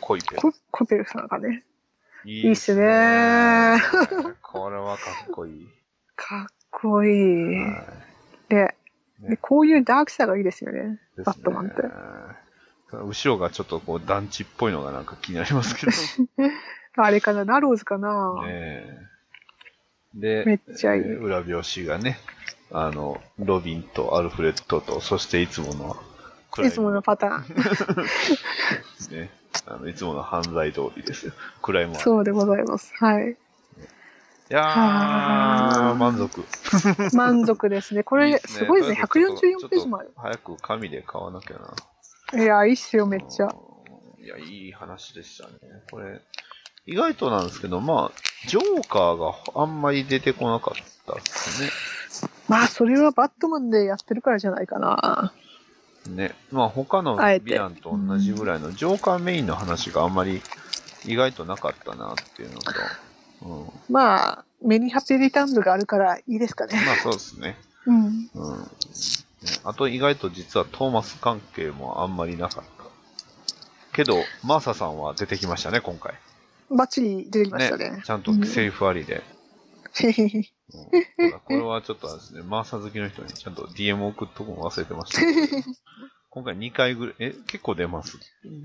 コイペ。ココペルさんがね、いいっすねいっすねこれはかっこいい。かっこいい。はでねで、こういうダークさがいいですよね。いバットマンっでて。すね後ろがちょっとこう団地っぽいのがなんか気になりますけど。あれかな、ナローズかな。ねえで、めっちゃいいえー裏表紙がね、あの、ロビンとアルフレッドと、そしていつもの、クライいマつものパターン。ね。あのいつもの犯罪通りですよ。クライマー。そうでございます。はい。いやー、はー満足。満足ですね。こいいれ、っすごいですね。とにかくちょっと144ページもあるちょ。っと早く紙で買わなきゃな。いや、いいっすよ、めっちゃ。うん。いや、いい話でしたね。これ、意外となんですけど、まあ、ジョーカーがあんまり出てこなかったですね。まあ、それはバットマンでやってるからじゃないかな。ね、まあ他のあヴえてィランと同じぐらいのジョーカーメインの話があんまり意外となかったなっていうのと、うん、まあ、メニーハッピーリターンズがあるからいいですかね。まあそうですね,、うん。うん、ねあと意外と実はトーマス関係もあんまりなかった。けど、マーサさんは出てきましたね、今回。バッチリ出てきましたね。ちゃんとセリフありで。うんただこれはちょっとあれですね、 マーサ好きの人にちゃんと DM 送っとくの忘れてましたけど。今回2回ぐらい、え、結構出ます。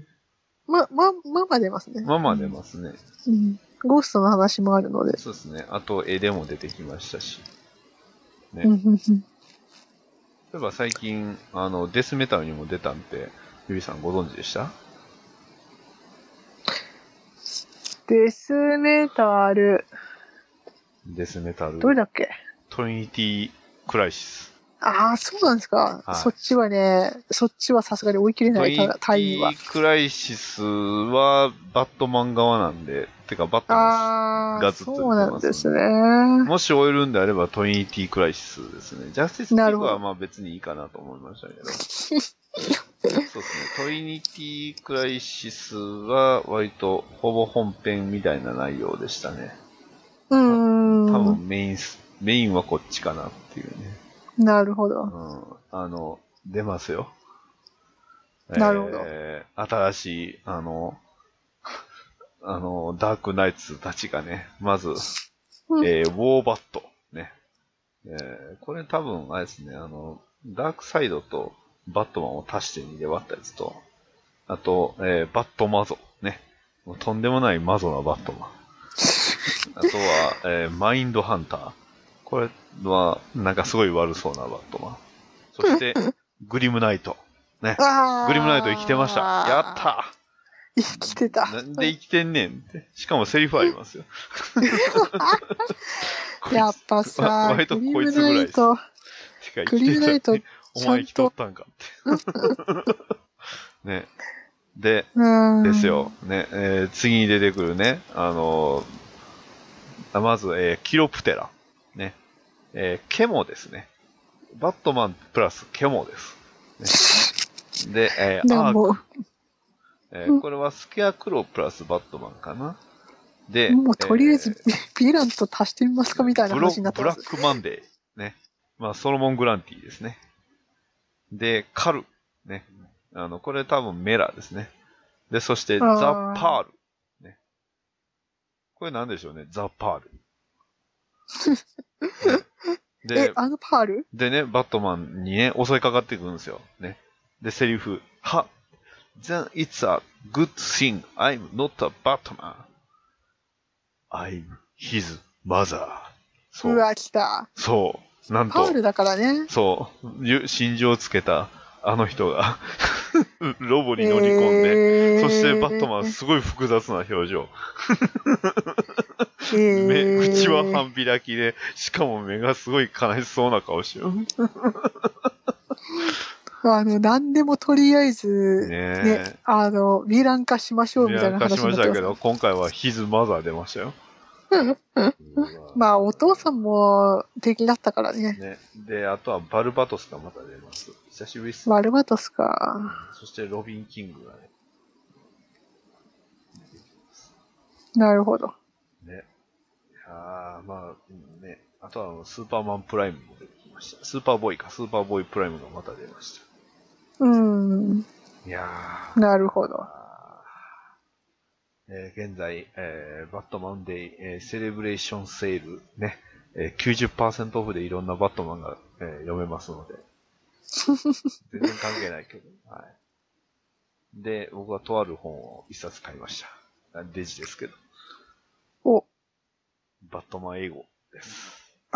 ま、ま、まあまあ出ますね。まあまあ出ますね。す。うん。ゴーストの話もあるので。そうですね。あと、絵でも出てきましたし。ねうんうんうん例えば最近、あの、デスメタルにも出たんて、ゆりさんご存知でしたデスメタル、デスメタル。どれだっけトリニティ・クライシス。ああ、そうなんですか。はいそっちはね、そっちはさすがに追い切れトなリいニテタタイムは。ィ・クライシスは、バットマン側なんで、てか、バットマあガあ、ツッとそうなんですね。ン。もし終えるんであれば、トリニティ・クライシスですね。ジャスティス・リなーるグほどは、まあ別にいいかなと思いましたけど。 そうですね。トリニティ・クライシスは、割と、ほぼ本編みたいな内容でしたね。う多ーん。分メインす、メインはこっちかなっていうね。なるほうど。ん。あの、出ますよ。なるほどえー新しい、あの、あの、ダークナイツたちがね、まず、うんえーウォーバット。ね。えーこれ多分、あれですね、あの、ダークサイドとバットマンを足して2で割ったやつと、あと、えーバットマゾ。ね。もうとんでもないマゾなバットマン。あとは、えーマインドハンター。これは、なんかすごい悪そうなバットマン。そして、 グリムナイト。ね。あーグリムナイト生きてました。やった生きてた。なんで生きてんねんって。しかもセリフありますよ。 やっぱわさ、割とグリこいムつぐらいナですイト、しかグ生きリてムナたイト、おちゃ前ん生きととっ、たんかって。ね。で、うーん。ですよ。。ね、えー次に出てくるね、あのーあまず、えーキロプテラ。ね。えーケモですね。バットマンプラスケモです。ね、で、えーアでーク。も、えーこれはスケアクロープラスバットマンかな。で、もうとりあええずー、ヴィランと足してみますかみたいな話になってブまロすブ。ラックマンデー。ね。まあ、ソロモン・グランティですね。で、カル。ね。あの、これ多分メラですね。で、そして、あーザ・パール。ね。これなんでしょうね、ザ・パール。ね えで、、あのパールでね、バットマンにね、襲いかかってくるんですよ。ね。で、セリフ、は Then it's a good thing I'm not a Batman.I'm his mother. そうう。わ、来た。そう。なんパーと、ルだからね。そう。ゆ心情をつけたあの人が、 ロボに乗り込んで、えーそしてバットマン、すごい複雑な表情。えー目、口は半開きで、しかも目がすごい悲しそうな顔してる。ねあの、何でもとりあえず、えね、あの、ヴィラン化しましょうみたいなかし話にましなってますたけど、今回はヒズマザー出ましたよ。 まあ、お父さんも敵だったからね。ね。で、あとはバルバトスがまた出ます。久しぶりっす。マルバトスか。そしてロビン・キングがね。なるほど。ね。あーまあ、ね。あとはあのスーパーマンプライムも出てきました。スーパーボーイか、スーパーボーイプライムがまた出ましうん。た。いやー。なるほど。あーえー現在、えーバットマンデイ、えーセレブレーションセール、ね、えー90%オフでいろんなバットマンが、えー読めます ので。全然関係ないけど。はい。で、僕はとある本を一冊買いました。あデジですけど。お、バットマン英語です。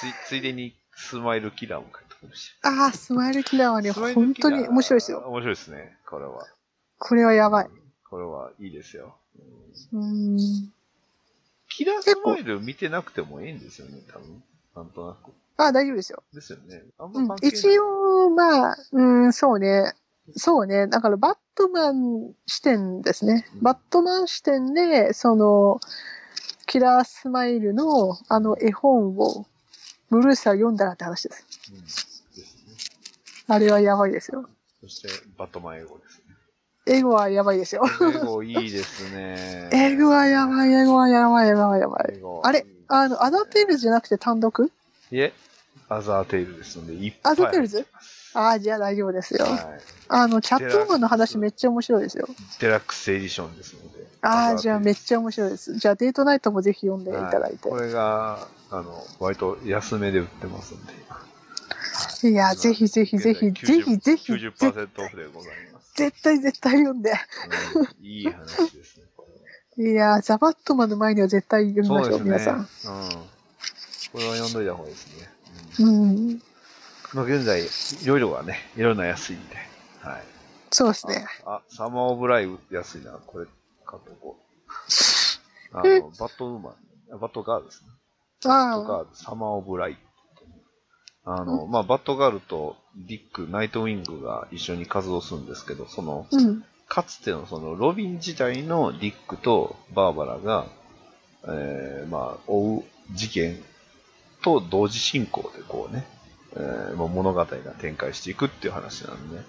ついついでに、スマイルキラーも買ってきましああ、スマイルキラーはた。ね、スマイル本キラ当ーに面白いですよ。面白いですね、これは。これはやばい。これはいいですよ。うんうん。キラースマイル見てなくてもいいんですよね、多分。なんとなく。ああ、大丈夫ですよ。ですよね。あんうんま関係ない。一応、まあ、うん、そうね。そうね。だから、バットマン視点ですね。うんバットマン視点で、その、キラースマイルのあの絵本を、ブルースは読んだらって話です。うんですね。あれはやばいですよ。そして、バットマン英語ですね。英語はやばいですよ。。英語いいですね 英語はやばい、英語はやばい、やばい、やばい。英語あれあの、アダテールじゃなくて単独いえ、アザーテイルですので、いっぱい。アダテールズああ、じゃあ大丈夫ですよ。はあの、キャットウーマンの話めっちゃ面白いですよ。い。デラックスエディションですので。ああ、アザーテイルズじゃあめっちゃ面白いです。じゃあデートナイトもぜひ読んでいただいて。はこれが、あの、割と安めで売ってますんで。い、や、ぜひぜひぜひ、ぜひぜひ、ぜ90%オフでございます。絶対絶対読んで。うんいい話ですね、これは。いやー、ザバットマンの前には絶対読みましょう、そうで皆すさね。うんん。。これは読んどいた方がいいですね。うん。うん、まあ現在、いろいろがね、いろいろな安いんで。はい。そうですね。あ、サマーオブライブ安いな。これ、買っとこう。あの、バットウーマン、バットガールですね。バットああ、ガール、サマーオブライブ。あの、まあ、バットガールとディック、ナイトウィングが一緒に活動するんですけど、その、うん。かつてのそのロビン時代のディックとバーバラが、えーまあ、追う事件と同時進行でこうね、えーまあ、物語が展開していくっていう話なんで、ね、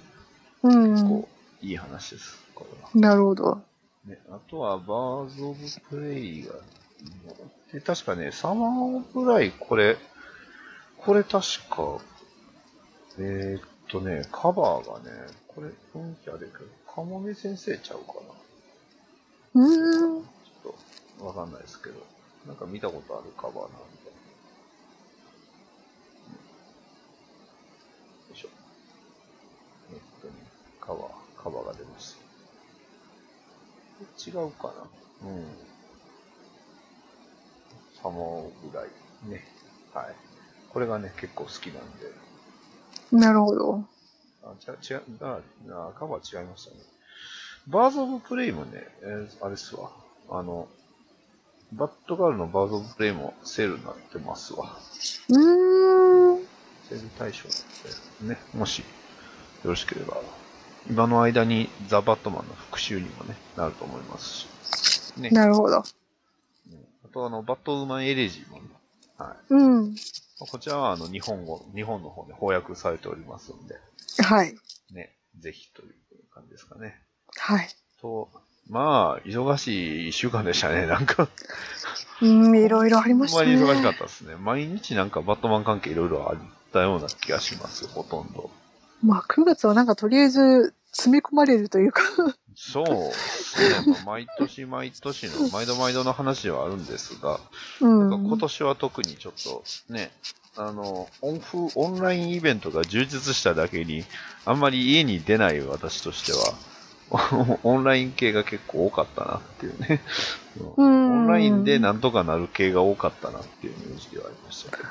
うんこ。う、いい話です、これは。なるほど。ね、あとは、バーズ・オブ・プレイが、で、確かね、サマー・オブ・ライ、これ、これ確か、えー、っとね、カバーがね、これ、雰囲気あるけど、カモメ先生ちゃうかな。うーん。ちょっとわかんないですけど、なんか見たことあるカバーなんで。よいしょ。えっとね、カバー、カバーが出ました。違うかなうん。サモぐらい。ね。はい。これがね、結構好きなんで。なるほど。あ、違う、違う、あ、あカバー違いましたね。バーズ・オブ・プレイもね、えーあれっすわ。あの、バッドガールのバーズ・オブ・プレイもセールになってますわ。うーん。セール対象なんで、ね、もし、よろしければ、今の間にザ・バットマンの復習にもね、なると思いますし。ね。なるほど。うんあと、あの、バットウーマン・エレジーもね、はい。うん。こちらは、あの、日本語、日本の方で翻訳されておりますんで、はい。ね、ぜひという感じですかね。はい。と、まあ、忙しい一週間でしたね、 なんか。うん、いろいろありましたね。ほんまに忙しかったですね。毎日なんかバットマン関係いろいろあったような気がします、ほとんど。まあ、9月はなんかとりあえず詰め込まれるというか、そうですね。まあ毎年毎年の、毎度毎度の話はあるんですが、うん。なんか今年は特にちょっとね、あの、オンフ、オンラインイベントが充実しただけに、あんまり家に出ない私としては、 オンライン系が結構多かったなっていうね。うんうんオンラインでなんとかなる系が多かったなっていう認識はありましたけど。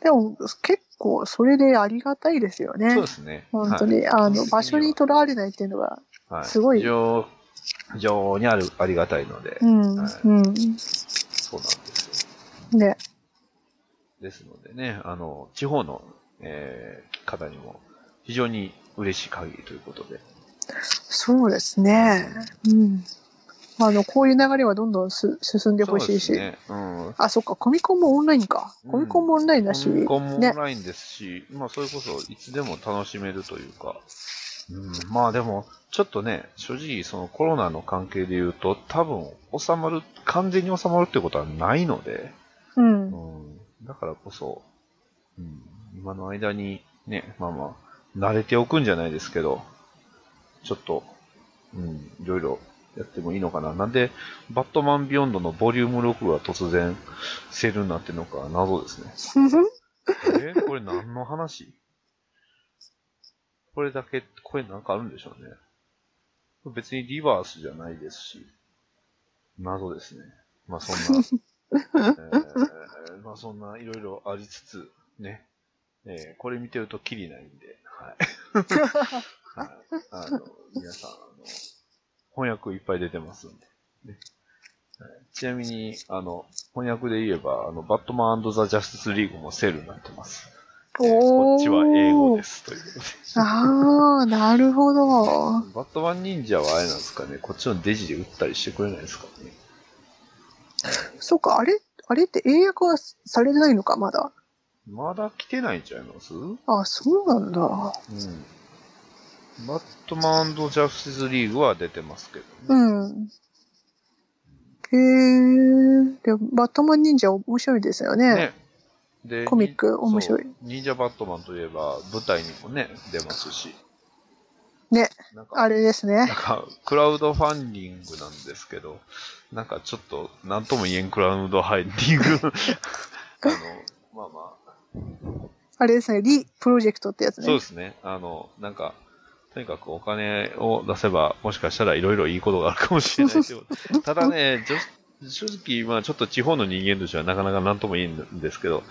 でも結構それでありがたいですよねそうで。すね。本当に、はいあの場所にとらわれないっていうのは、はいすごい一応、非常にあるありがたいので、うん。はいうそうん。なんですよ。で、ですのでね、あの、地方の、えー方にも非常に嬉しい限りということで。そうですね。うん。あの、こういう流れはどんどんす進んでほしいそうし。ですね。うん。あ、そっか、コミコンもオンラインか。うんコミコンもオンラインだし。コミコンもオンね。ラインですし、まあそれこそいつでも楽しめるというか、うん、まあでも、ちょっとね、正直そのコロナの関係で言うと、多分収まる、完全に収まるってことはないので、うう。。んん、だからこそ、うん、今の間にね、まあまあ、慣れておくんじゃないですけど、ちょっと、うん、いろいろやってもいいのかな。なんで、バットマンビヨンドのボリューム6が突然セールになってるのか謎ですね。えこれ何の話これだけ、これなんかあるんでしょうね。別にリバースじゃないですし、謎ですね。まあそんな、えーまあそんないろいろありつつ、ね、えーこれ見てるとキリないんで、はい。はい、あの皆さんあの、翻訳いっぱい出てますんで。ねはいちなみに、あの、翻訳で言えば、あの、バットマンザ・ジャスティス・リーグもセールになってます。こっちは英語ですす。ということで。ああ、なるほど。バットマン忍者はあれなんですかね、こっちのデジで打ったりしてくれないですかね。そっか、あれあれって英訳はされないのか、まだ。まだ来てないんちゃいますうん。あ、そうなんだ。バットマンジャスティスリーグは出てますけどうね。ん。へえ。で、バットマン忍者面白いですよね。ね。でコミックに面白いそう忍者バットマンといえば、舞台にもね、出ますし。ね。なんかあれですねなん。か、クラウドファンディングなんですけど、なんかちょっと、なんとも言えんクラウドファンディン グ。あの、まあまあ、あれですね。リプロジェクトってやつね。そうですね。あの、なんか、とにかくお金を出せば、もしかしたらいろいろいいことがあるかもしれないけど、ただね、じょ正直、まあちょっと地方の人間としてはなかなかなんとも言えんですけど、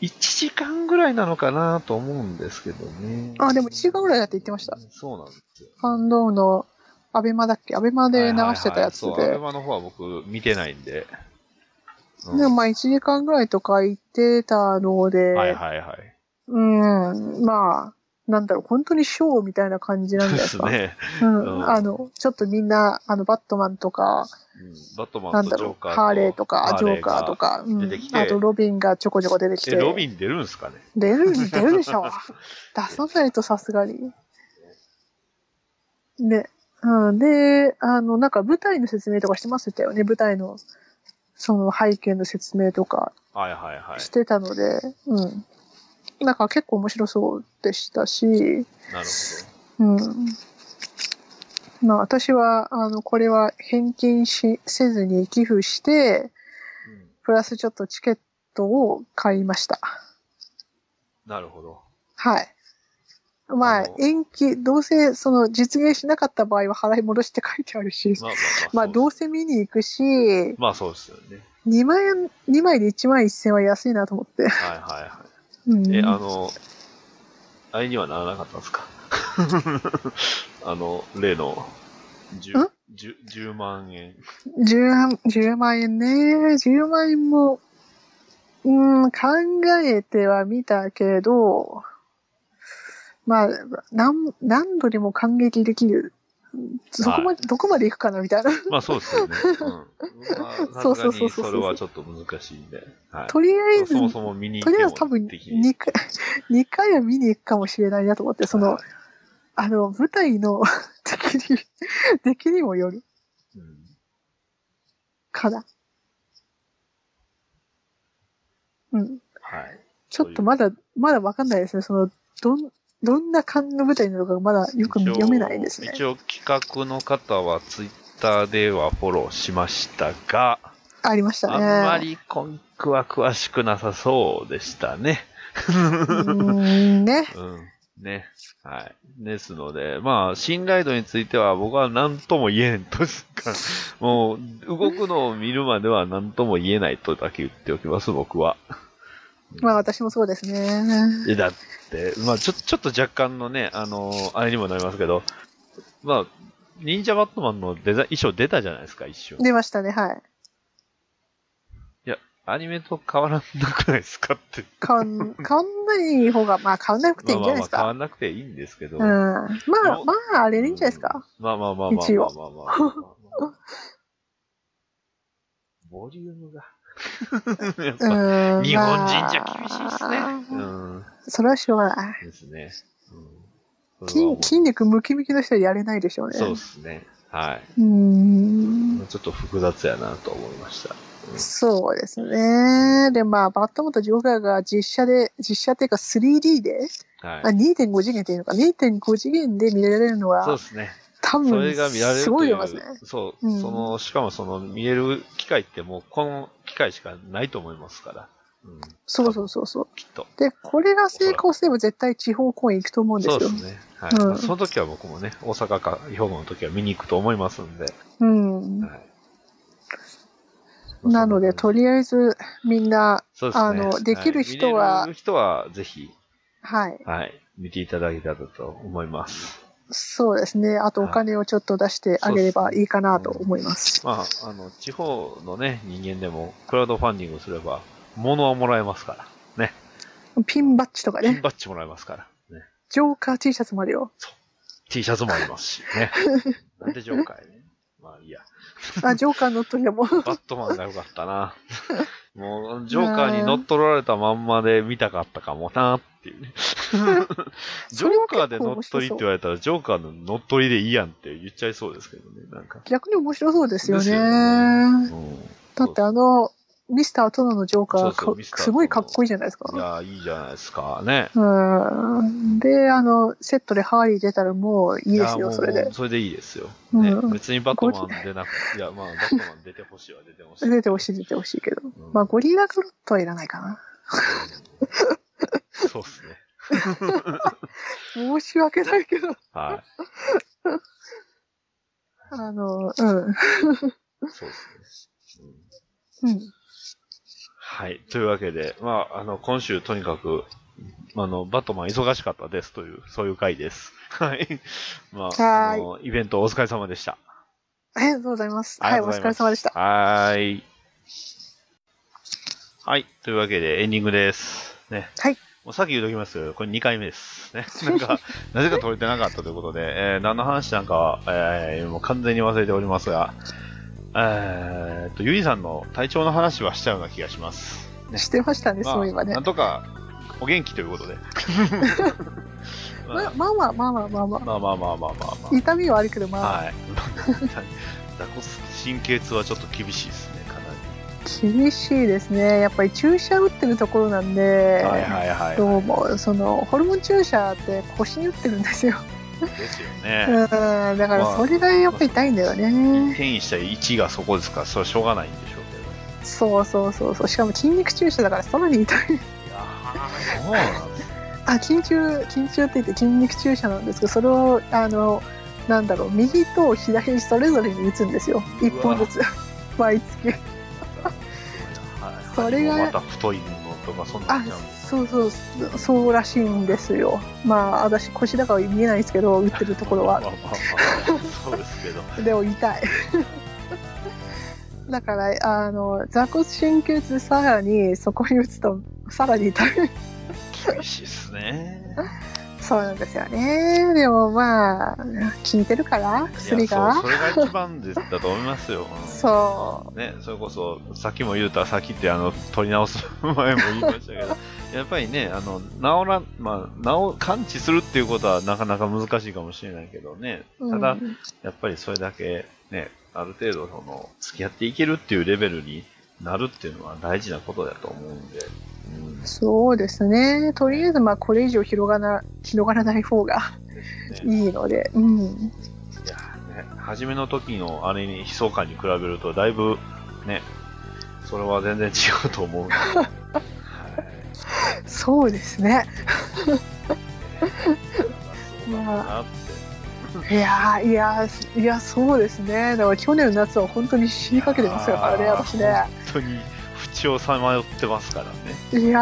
1時間ぐらいなのかなと思うんですけどね。あでも一時間ぐらいだって言ってました。そうなんですよ。ファンドームのアベマだっけアベマで流してたやつで。はいはいはいそう、アベマの方は僕見てないんで。うんでもまあ1時間ぐらいとか言ってたので、はいはいはい。うん、まあ、なんだろう、本当にショーみたいな感じなんじゃないでですすか。ね。うん、うんあの、ちょっとみんな、あの、バットマンとか、うんバットマなンんとだジョろーう、カーと。ハーレーとか、ジョーカーか。とか、うん出てき、てあとロビンがちょこちょこ出てきえ、て、ロビン出るんすかね 出る、出るでしょ。出さないとさすがに。ね。うん、で、あの、なんか舞台の説明とかしてましたよね。舞台の、その背景の説明とかはいはいはしてたので、うん。なんか結構面白そうでしたし、い。なるほうん。まあ私は、あの、これは返金し、せずに寄付して、ど。うんプラスちょっとチケットを買いました。なるほど。はい。あまあの、延期、どうせ、その、実現しなかった場合は払い戻しって書いてあるし、まあまあままあ。あ、どうすせ見に行くし、まあそうですよね。 2万円、2枚で1万1000は安いなと思っはて。いはいはうんい。え、あの、あれにはならなかったん ですかあの、例の、10ん、 10 10万円。 10, 10万円ね、10万円も、うん、考えてはみたけど、まあ、何、何度でも感激できる。そこまで、どこまで行くかなみたいな。まあそうですよね。うん。まあ、そさすがうそうそうそうにそれはちょっと難しいんで。はい。 とりあえずそ、もそも見に行とっりてあえもず多分でき2回、 二回は見に行くかもしれないなと思って、その、はいあの、舞台の 出来に、出来にもよるうんかな。うん。はい。ちょっとまだ、まだわかんないですね。その、どん、どんな感の舞台なのかまだよく一応読めないですね。一応企画の方はツイッターではフォローしましたが、ありましたね。あんまりコミックは詳しくなさそうでしたね。うーん、ね。 うん。ね。はい。ですので、まあ、信頼度については僕は何とも言えんとしか、もう、動くのを見るまでは何とも言えないとだけ言っておきます、僕は。まあ私もそうですね。え、だって、まあちょ、ちょっと若干のね、あのーあれにもなりますけど、まあ、忍者バットマンのデザイン、衣装出たじゃないですか、一瞬。出ましたね、はい。いや、アニメと変わらなくないですかって。変 わん、変わんない方が、まあ変わんなくていいんじゃないですまあまあまあ変わか。らなくていいんですけど。うん。まあ、まあ、あれでいいんじゃないですか。まあまあまあまあ一ま応あまあまあまあまあまあ。 ボリュームが。やっ うぱん。日本人じゃまあ厳しいっすね。うん。それはしょうがない。ですね。うんそれは筋もう筋肉ムキムキの人はやれないでしょうね。そうですね。はい。うん。ちょっと複雑やなと思いました。そうですね。で、まあ、バットマンとジョーカーが実写で、実写っていうか 3D で、はい。あ2.5次元っていうのか、2.5次元で見られるそのうはで、すね。多それ分が見られるすとごいいよますね。う。そうう。んその、しかもその見える機会ってもうこの機会しかないと思いますから。うん。そうそうそうそう。きっと。で、これが成功すれば絶対地方公演行くと思うんですそうよ。ですね。はい。うんまあその時は僕もね、大阪か兵庫の時は見に行くと思いますんで。はい。うん。なので、とりあえずみんな、そうですねあのできる人は見れいる人はぜひ、はい、はい、見ていただけたらと思います。そうですね。あとお金をちょっと出してあげればいいかなと思います。まあ、あの、地方のね、人間でも、クラウドファンディングすれば、物はもらえますから。ね。ピンバッジとかピンね、バッジもらえますから。ね。ジョーカー T シャツもあ るよ。 T シャツもありますし、 ね。なんでジョーカーやね。まあ、いいや。あ、ジョーカー乗っ取りだもん。バットマンが良かった な。もう、ジョーカーに乗っ取られたまんまで見たかったかもなっていう ね。ジョーカーで乗っ取りって言われたら、ジョーカーの乗っ取りでいいやんって言っちゃいそうですけどね、なんか。逆に面白そうですよね。ですようんだってあの、ミスター・トノのジョーカーそうそうかミスターすごいかっこいいじゃないですいか。や、いいじゃないですか、ね。うん。で、あの、セットでハーリー出たらもういいですやもよ、うそれで。それでいいですよ。ねうん別にバットマン出なくて、いや、まあ、バットマン出てほしいは出てほしい。 出てほしい、出てほしいけど。うんまあ、ゴリラクロットはいらないかな。そうですね。申し訳ないけど。はあの、うん。い。そうですね。うんうん。はい。というわけで、まあ、あの、今週とにかく、あの、バットマン忙しかったですという、そういう回です。 はい。まあ、はあーいの、イベントお疲れ様でした。ありがとうございます。はい、お疲れ様でした。はーい。はい。というわけで、エンディングです。ね。はい。もうさっき言うときますけど、これ2回目です。 ね。なんか、なぜか取れてなかったということで、えー何の話なんかは、えーもう完全に忘れておりますが、えーっと、ゆりさんの体調の話はしたような気がします。ねしてましたね、まあそういえばねなん。とか、お元気ということ で。ままあまあまあまあまあままああままあまあまあまあま痛みはあるけど、あ。まあ、はい。 座骨神経痛はちょっと厳しいですね、かなり。厳しいですね。やっぱり注射打ってるところなんで、はいはいはい。どうも、その、ホルモン注射って腰に打ってるんですよ。ですようん、ね。だからそれがやっぱり痛いんだよね。転移した1がそこですから、それはしょうがないんでしょうけど。そうそうそうそう。しかも筋肉注射だからさらに痛いい。 やーそうなんですね。あ、筋注、筋注って言って筋肉注射なんですけど、それを、あの、なんだろう、右と左それぞれに打つんですよ。一本ずつ。 毎月。はいそれがまた太いのとか、そんなあんちゃうんで、そうそう、そうらしいんですよ。まあ、私腰だから見えないですけど、打ってるところま はあ。まあまあまあそうですけど。でも痛い。 だから、あの、座骨神経痛さらに、そこに打つと、さらに痛い。厳しいですね。そうなんですよね。でもまあ、効いてるから、薬いやがそう。それが一番ですだと思いますよ。うんそね、それこそ、さっきも言うた、さっきってあの、取り直す前も言いま したけど、やっぱりね、あの、治らん、まあ、治、完治するっていうことはなかなか難しいかもしれないけどね、う。ただ、うんやっぱりそれだけ、ね、ある程度、その、付き合っていけるっていうレベルになるっていうのは大事なことだと思うんで、うん。そうですね。とりあえず、まあ、これ以上広がな、広がらない方がですね、いいので。うん。いやね、初めの時のあれに、悲壮感に比べると、だいぶ、ね、それは全然違うと思うん で、はい。そうですね。まあ、いやー、いやー、いや、そうですね。だから、去年の夏は本当に死にかけてますからね、あー私ね。本当に淵をさまよってますからね。いや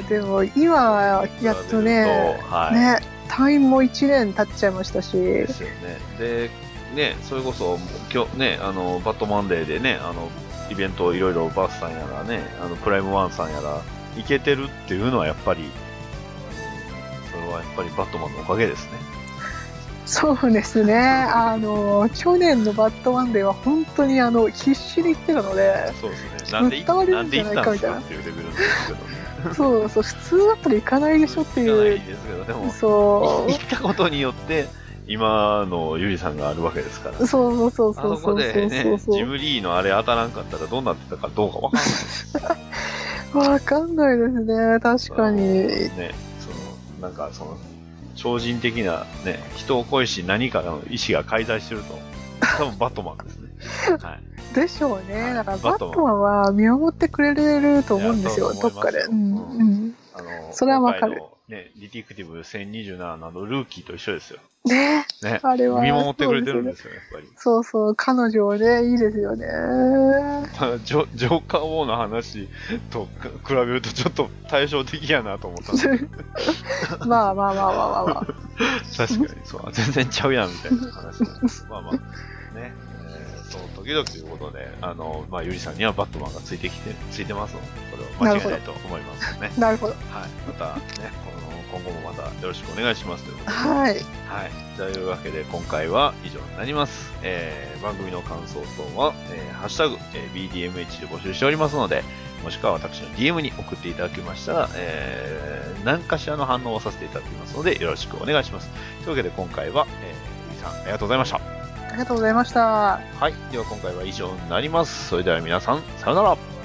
ー、でも、今、やっと比ね、べるとはい。ね、退院も1年経っちゃいましたしで、すよね。で、ね、それこそ、今日ね、あの、バットマンデーでね、あの、イベントをいろいろバースさんやらね、あの、プライムワンさんやら、いけてるっていうのはやっぱり、それはやっぱりバットマンのおかげですね。そうで すね、あの去年のバットマンデーは本当にあの必死に言ってたので、 そうですね。なんで、伝わるなんんでじゃ行なっいたかんですかみたいなっていうレベルですけどね。そうそう、普通だったら行か ないでしょってい行かなうい、ですけど、でも、そ行ったことによって、今のゆりさんがあるわけですからう、。そうそうそうあそうそそこうそでうそねう、そジう、ムリーのあれ当たらんかったらどうなってたかどうかわかんないわかんないですね、確かに。ね、その、なんかその、超人的なね、人を恋し何かの意志が介在してると、多分バットマン ですね。はい。でしょうはね、いだからババットマンットマンは見守ってくれると思うんですいよ、やどそうっ思いまかすよで。ううんんうんあの、それはわかる今回のね、ディティクティブ1027などルーキーと一緒ですよ。ね、ね。あれは見守ってくれてるんそうでですすよ、やっぱり。よねそうそう、彼女はね、いいで すよね。ただジョジョーカー王の話と比べるとちょっと対照的やなと思った んですけどまあまあまあまあまあま確かに、そう、全然ちゃうやんみたいな話なんです。まあまあ、ね、えーそう、時々ということで、あの、まあ、ゆりさんにはバットマンがついてきて、ついてますので、これは間違いないと思いますね。あ。なるほど。はい。またね、この、今後もまたよろしくお願いしますということで。ははい。い。というわけで、今回は以上になります。えー、番組の感想等は、えー、ハッシュタグ、えー BDMH で募集しておりますので、もしくは私の DM に送っていただきましたら、えー、何かしらの反応をさせていただきますので、よろしくお願いします。というわけで、今回は、えー、ゆりさん、ありがとうございました。ありがとうございました。はい。では、今回は以上になります。それでは皆さん、さよなら。